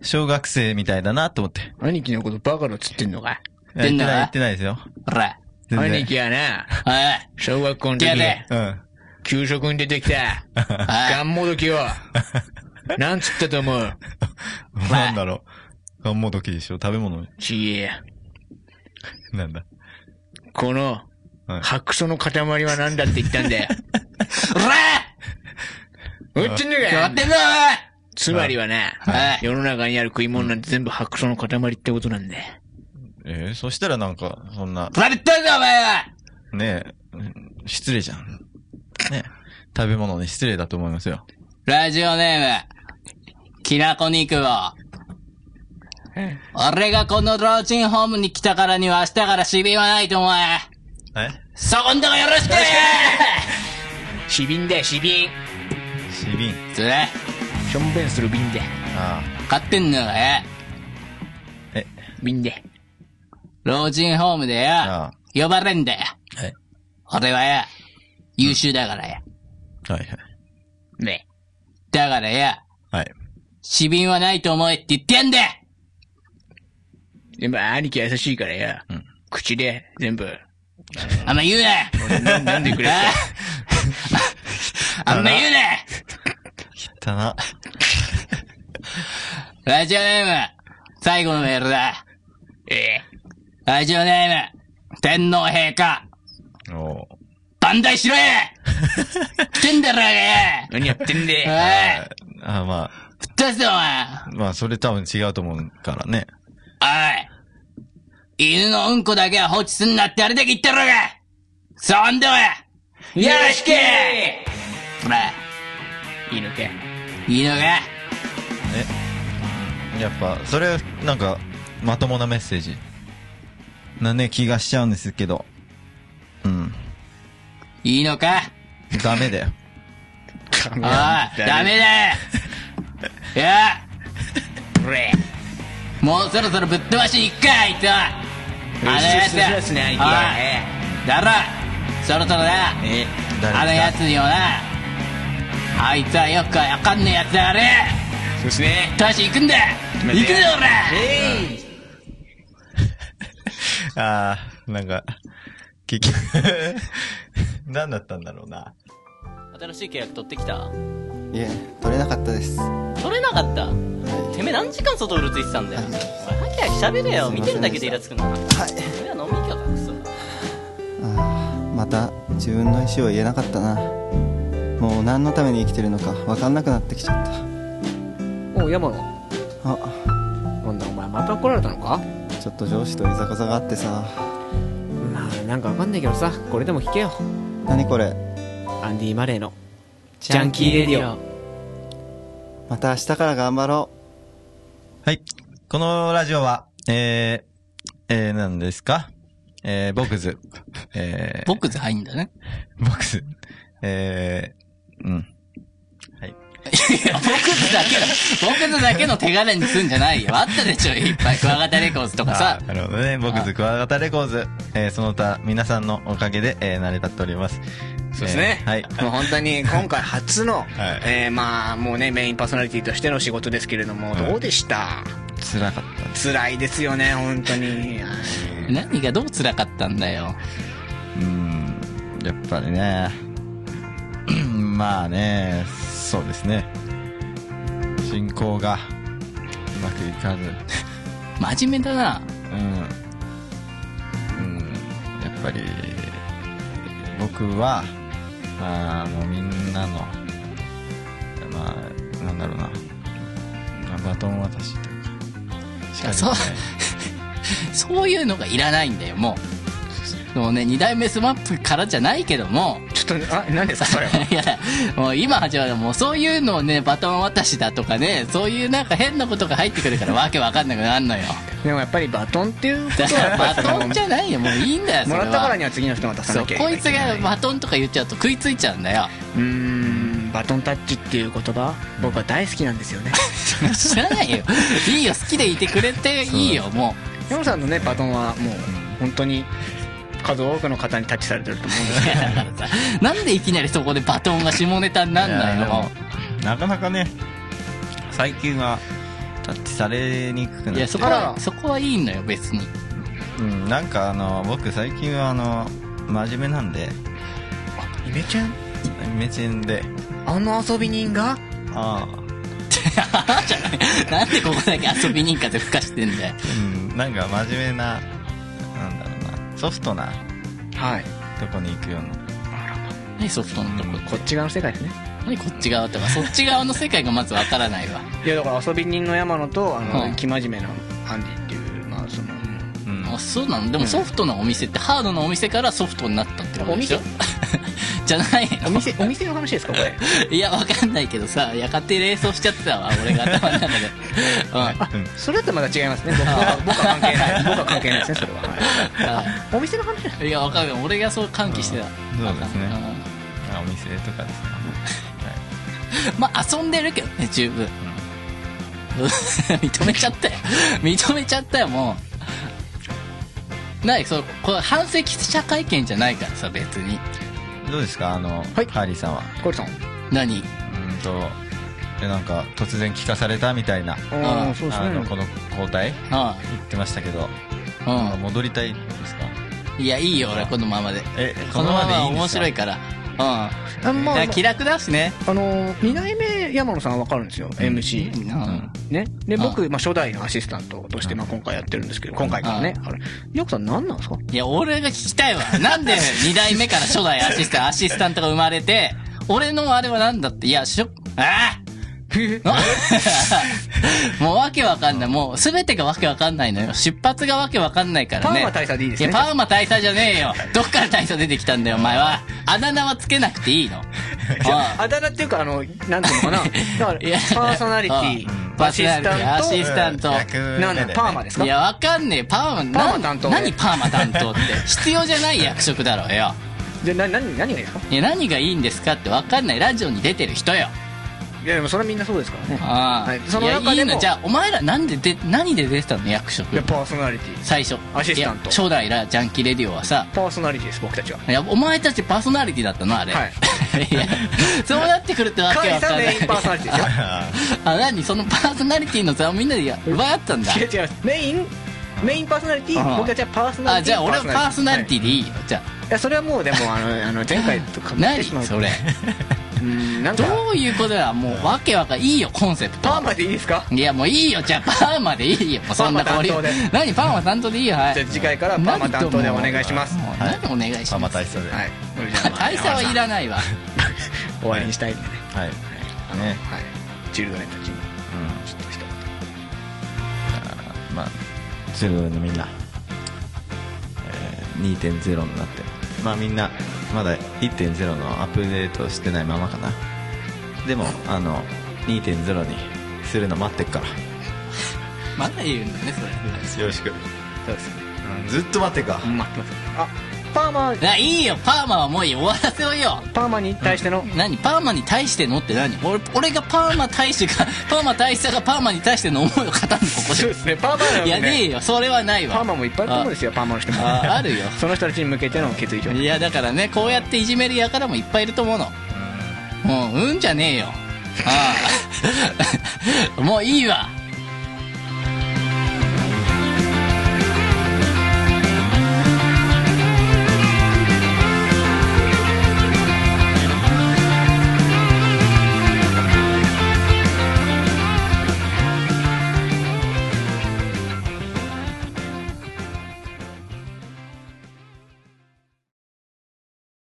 Speaker 1: 小学生みたいだなと思って。
Speaker 3: 兄貴のことバカだっつってんのか。
Speaker 1: いや言っ
Speaker 2: 言ってん
Speaker 1: て
Speaker 2: だ
Speaker 1: ない、
Speaker 2: な
Speaker 1: 言ってないですよ。
Speaker 2: おら、
Speaker 1: 全然
Speaker 3: 兄貴はな、
Speaker 2: おい、
Speaker 3: 小学校の
Speaker 2: や
Speaker 3: 時
Speaker 2: で
Speaker 3: に、
Speaker 1: うん。
Speaker 3: 給食に出てきた、ガンモドキを、なんつったと思う
Speaker 1: なんだろう。がんもどきでしょ食べ物。
Speaker 3: ちげえや。
Speaker 1: なんだ。
Speaker 3: この、
Speaker 1: はい
Speaker 3: 白素の塊は何だって言ったんだよ。
Speaker 2: おら
Speaker 3: 言ってんのか
Speaker 2: 変わ
Speaker 3: よ
Speaker 2: ってんぞ
Speaker 3: つまりはな、
Speaker 2: はい
Speaker 3: 世の中にある食い物なんて全部白素の塊ってことなんだよ。
Speaker 1: えー、そしたらなんか、そんな、
Speaker 2: おいおら、言ってんぞお前は
Speaker 1: ねえ、うん失礼じゃん。ねえ。食べ物に失礼だと思いますよ。
Speaker 2: ラジオネーム、きなこ肉を。俺がこの老人ホームに来たからには明日からシビはないと思え。
Speaker 1: え
Speaker 2: そこんとこよろしく
Speaker 3: 死瓶で、死瓶。
Speaker 1: 死瓶。
Speaker 2: それ、
Speaker 3: しょんべんする瓶で。
Speaker 1: あ
Speaker 2: 買ってんのがよ。
Speaker 1: あ。え、
Speaker 3: 瓶で。
Speaker 2: 老人ホームで
Speaker 1: あ
Speaker 2: よ、呼ばれんだよ。
Speaker 1: はい。
Speaker 2: 俺はよ、優秀だからよ。
Speaker 1: はいはい。
Speaker 3: ね。
Speaker 2: だからよ、
Speaker 1: はい。
Speaker 2: 死瓶はないと思えって言ってんだよ
Speaker 3: やっぱ兄貴は優しいからや。
Speaker 1: うん
Speaker 3: 口で、全部。
Speaker 2: あんま言うなよ
Speaker 3: ななんでく
Speaker 2: <laughs>
Speaker 3: れっ
Speaker 2: ああんま言うなよ
Speaker 1: 汚な。
Speaker 2: ラジオネーム、最後のメールだ。ええ。ラジオネーム、天皇陛下、
Speaker 1: おー
Speaker 2: 万代しろよ来てんだろうがよ
Speaker 3: て何やってん
Speaker 2: <laughs> おい
Speaker 3: で。
Speaker 1: あま
Speaker 2: 吹っ飛ばすぞ、お
Speaker 1: あ、まあ、それ多分違うと思うからね。
Speaker 2: 前おい犬のうんこだけは放置すんなってあれだけ言ったろうがそんでおいよろしくほら、
Speaker 3: いいのけ。
Speaker 2: いいのか
Speaker 1: やっぱ、それは、なんか、まともなメッセージ。なね、気がしちゃうんですけど。うん。
Speaker 2: いいのか
Speaker 1: ダメだよ。
Speaker 2: おい、ダメだよいや
Speaker 3: これ。
Speaker 2: もうそろそろぶっ飛ばしに行くか、あいつはあのやつ
Speaker 3: そうですね
Speaker 2: おい
Speaker 3: あい
Speaker 2: だろそろそろだ
Speaker 3: え、
Speaker 2: あのやつよなあいつはよくわかんねえやつだあれ
Speaker 3: そうですね。
Speaker 2: たし行くんだ
Speaker 3: めて
Speaker 2: 行くぞ俺
Speaker 3: えい
Speaker 1: ああ、なんか、結局、 <laughs> 何だったんだろうな。
Speaker 5: 新しい契約取ってきた
Speaker 6: いえ取れなかったですは
Speaker 5: 取れなかった
Speaker 6: い
Speaker 5: てめえ何時間外うるついてたんだよお前ハキハキ喋れよ
Speaker 6: すい
Speaker 5: 見
Speaker 6: ま
Speaker 5: て
Speaker 6: せ
Speaker 5: る
Speaker 6: んでした
Speaker 5: だけでイラつくな
Speaker 6: はい
Speaker 5: 俺は飲み行きゃかくそ
Speaker 6: あーまた自分の意思を言えなかったなもう何のために生きてるのか分かんなくなってきちゃっ
Speaker 3: お、山野。
Speaker 6: たあ
Speaker 3: なんだお前、また怒られたのか
Speaker 6: ちょっと上司といざこざがあってさ
Speaker 3: まあ、なんかわかんないけどさ、これでも聞けよ。
Speaker 6: 何これ
Speaker 3: アンディ・マレーの。
Speaker 5: ジャンキーレディオ
Speaker 6: また明日から頑張ろ
Speaker 1: はい。このラジオは、えー、えー、何ですかえー、ボクズ。えー、
Speaker 2: ボクズ入んだね。
Speaker 1: ボクズ。えー、うん。はい。
Speaker 2: いや、ボクズだけの、ボクズだけの手金にすんじゃないよ。あったでしょ、いっぱい。クワガタレコーズとかさ
Speaker 1: あー。なるほどね。ボクズ、クワガタレコーズ。えー、その他、皆さんのおかげで、えー、成り立っております。
Speaker 3: そうですね
Speaker 1: え。ーはい。
Speaker 3: もう本当 <laughs> に今回初の、
Speaker 1: い
Speaker 3: えーまあもうね、メインパーソナリティとしての仕事ですけれども、
Speaker 1: はい
Speaker 3: どうでした
Speaker 1: 辛かったです。
Speaker 3: 辛いですよね、本当 <laughs> に。
Speaker 2: 何がどう辛かったんだよ。
Speaker 1: うーん。やっぱりね。うんまあね、そうですね。進行が、うまくいかず。
Speaker 2: 真面目だな。
Speaker 1: うん、うん、やっぱり僕はあーあのみんなのまあなんだろうなまあバトン渡しというかしか
Speaker 2: そう
Speaker 1: りね
Speaker 2: そういうのがいらないんだよ、もう。もうね、二代目スマップからじゃないけども、
Speaker 3: ちょっと、あ、何ですか、それは。
Speaker 2: いや、もう今始まる、もうそういうのをね、バトン渡しだとかね、そういうなんか変なことが入ってくるからわけわかんなくなるのよ。
Speaker 3: <laughs> でもやっぱりバトンっていうこと
Speaker 2: だから
Speaker 3: は、
Speaker 2: バ
Speaker 3: <laughs>
Speaker 2: トンじゃないよ、もういいんだよ、そ
Speaker 3: も
Speaker 2: れは。
Speaker 3: らったからには次の人が出さ
Speaker 2: そ
Speaker 3: な
Speaker 2: う、
Speaker 3: きゃいけ
Speaker 2: こ
Speaker 3: ない
Speaker 2: いつがバトンとか言っちゃうと食いついちゃうんだよ。
Speaker 3: うーん、バトンタッチっていう言葉、僕は大好きなんですよね。
Speaker 2: <laughs> 知らないよ。いいよ、好きでいてくれていいよ、
Speaker 1: <laughs>
Speaker 2: も
Speaker 3: 山さんのね、バトンはもう、本当に、数多くの方にタッチされてると思うんです
Speaker 2: う。い
Speaker 3: け
Speaker 2: や、だからさ、なんでいきなりそこでバトンが下ネタになんない
Speaker 1: いやで
Speaker 2: の
Speaker 1: もなかなかね最近はタッチされにくくなっ
Speaker 2: い
Speaker 1: て
Speaker 2: や、そこは、そこはいいのよ、別に。
Speaker 1: うん、なんかあの僕最近はあの真面目なんで
Speaker 3: <laughs> ど。イメちゃん
Speaker 1: 目線で
Speaker 3: あの遊び人が
Speaker 1: ああ
Speaker 2: じゃないなんでここだけ遊び人風吹かしてんだよ。
Speaker 1: うんなんか真面目ななんだろうなソフトな
Speaker 3: はい。
Speaker 1: とこに行くような
Speaker 2: 何ソフトのとこ。
Speaker 3: こっち側の世界ですね。
Speaker 2: 何こっち側とか、そっち側の世界がまずわからないわ。
Speaker 3: いやだから遊び人の山野とあの、
Speaker 2: うん
Speaker 3: 生真面目なアンディっていうまあその
Speaker 1: うん
Speaker 2: あそうなのでもソフトのお店ってハードのお店からソフトになったってことでしょ、 <laughs> じゃない
Speaker 3: お店、お店の話ですか、 <laughs> これ。
Speaker 2: の。いや、わかんないけどさ、やがて冷蔵しちゃってたわ、俺が頭
Speaker 1: <laughs>
Speaker 2: の中で。うん。
Speaker 3: あ、それだとまだ違いますね。僕は、僕は関係ない。僕は関係ないですね、それは。はい
Speaker 2: あ
Speaker 3: <laughs> お店の話なんです
Speaker 2: いや、わかるよ。俺がそう歓喜してた。
Speaker 1: そうですね
Speaker 2: うん。
Speaker 1: あお店とかですか、は
Speaker 2: まあ、遊んでるけどね、十分。 <laughs> 認めちゃったよ。認めちゃったよ、もう。ない、そう、これ反省記者会見じゃないからさ、別に。
Speaker 1: い、どうですかあの、
Speaker 3: はい
Speaker 1: ハーリーさんは
Speaker 3: コールさん。
Speaker 2: 何
Speaker 1: うんとえなんか突然聞かされたみたいな
Speaker 2: あ
Speaker 3: あ
Speaker 2: ー
Speaker 3: あ、そうです
Speaker 1: あの
Speaker 3: ね。
Speaker 1: この交代
Speaker 2: あ
Speaker 1: 言ってましたけど、
Speaker 2: あ、
Speaker 1: 戻りたいですか
Speaker 2: うん。いや、いいよ、俺、このままで。
Speaker 1: え
Speaker 2: このまま
Speaker 1: ん
Speaker 2: 面
Speaker 1: ですか <laughs>
Speaker 2: 白いから。
Speaker 3: あ
Speaker 2: うん。
Speaker 3: まあ
Speaker 2: いや気楽だしね。
Speaker 3: あの、二代目山野さんはわかるんですよ、MC
Speaker 2: う。ん。
Speaker 3: ね。で、
Speaker 2: う
Speaker 3: 僕、まあ、初代のアシスタントとして、まあ、今回やってるんですけど、今回からね。あれ、ヨクさん何なんですか
Speaker 2: いや、俺が聞きたいわ。なんで2代目から初代アシスタント、アシスタントが生まれて、俺のあれはなんだって、いや、しょ、ああ <laughs> もうわけわかんない。もうすべてがわけわかんないのよ。出発がわけわかんないから
Speaker 3: パ
Speaker 2: ね。
Speaker 3: ーマ大佐でいいですね
Speaker 2: いや、パーマ大佐じゃねえよ。どっから大佐出てきたんだよ、お前は。あだ名はつけなくていいの。あ
Speaker 3: あだ名っていうか、あの、なんていうのかな。
Speaker 2: <laughs>
Speaker 3: だから
Speaker 2: いや、
Speaker 3: パーソナリティ
Speaker 2: うん、
Speaker 3: アシスタ
Speaker 2: ア
Speaker 3: ント
Speaker 2: シ、スタント
Speaker 1: うん役目でね
Speaker 3: なんだ、パーマですか
Speaker 2: いや、わかんねえ。パーマ、
Speaker 3: パーマ
Speaker 2: な
Speaker 3: 担当
Speaker 2: 何パーマ担当って。必要じゃない役職だろうよ。
Speaker 3: じゃ、な、何、何がいいですか
Speaker 2: いや何がいいんですかって分かんないラジオに出てる人よ
Speaker 3: いや、でもそれはみんなそうですからね。
Speaker 2: ああ、
Speaker 3: はいい、その中
Speaker 2: やい
Speaker 3: で
Speaker 2: いの
Speaker 3: も、
Speaker 2: じゃあお前らなんでで何で出てたの役職
Speaker 3: いやパーソナリティ。
Speaker 2: 最初
Speaker 3: アシスタント
Speaker 2: いや初代らジャンキーレディオはさ
Speaker 3: パーソナリティです、僕たちは。
Speaker 2: いやお前たちパーソナリティだったのあれ、
Speaker 3: はい
Speaker 2: <laughs> いやそうなってくるってわ
Speaker 3: カー
Speaker 2: け
Speaker 3: リ
Speaker 2: わ
Speaker 3: ーさ
Speaker 2: か
Speaker 3: んメイ
Speaker 2: んない
Speaker 3: ンパーソナリティですよ。
Speaker 2: <laughs> あ何そのパーソナリティの座をみんなでや奪い合ったんだ
Speaker 3: 違う違うメインメインパーソナリティ
Speaker 2: ああ
Speaker 3: 僕たちはパーソナリティ
Speaker 2: あじゃあ俺はパーソナリティ
Speaker 3: は
Speaker 2: でいいよ、じゃ
Speaker 3: いいやそれはもうでもあのあの前回とかぶ
Speaker 2: あ
Speaker 3: って
Speaker 2: 何
Speaker 3: しまう
Speaker 2: それ
Speaker 3: うんなん
Speaker 2: ど
Speaker 3: か
Speaker 2: ういうことだもうわけわかんないいいよコンセプト
Speaker 3: パーマでいいですか
Speaker 2: いやもういいよじゃあパーマでいいよもうそんな
Speaker 3: パーマ担当で
Speaker 2: 交流何パーマ担当でいいよはい
Speaker 3: じゃあ次回からパーマ担当でお願いします
Speaker 2: もう
Speaker 1: はい
Speaker 2: 何お願いし
Speaker 1: パーマ
Speaker 2: ます
Speaker 1: 大佐では、
Speaker 3: はいいそれじゃあまあ
Speaker 2: <laughs> 大佐はいらないわ
Speaker 3: 応援したいんでね
Speaker 1: ね
Speaker 3: はいチルドレンたちにちょっと一言
Speaker 1: うんまあチルドレンのみんな、えー、2.0になってまあみんなまだ1.0のアップデートしてないままかなでもあの2.0にするの待ってっから
Speaker 2: まだ言うんだねそ
Speaker 1: よろしく、
Speaker 3: そうですね
Speaker 1: うん、ずっと待ってっから
Speaker 3: 待ってますあパーマ
Speaker 2: れいやいいよパーマはもういいよ終わらせようよ
Speaker 3: パーマに対しての
Speaker 2: 何パーマに対してのって何俺俺がパーマ大使が <laughs> パーマ大使がパーマに対しての思いを語るのここ
Speaker 3: そう
Speaker 2: で
Speaker 3: ですねパーマなん
Speaker 2: い
Speaker 3: で
Speaker 2: やねえよそれはないわ
Speaker 3: パーマもいっぱいあると思うんですよパーマの人も
Speaker 2: ああるよ
Speaker 3: その人たちに向けての決意表
Speaker 2: い
Speaker 3: 明
Speaker 2: やだからねこうやっていじめる輩もいっぱいいると思うのもううんじゃねえよああ <laughs> もういいわ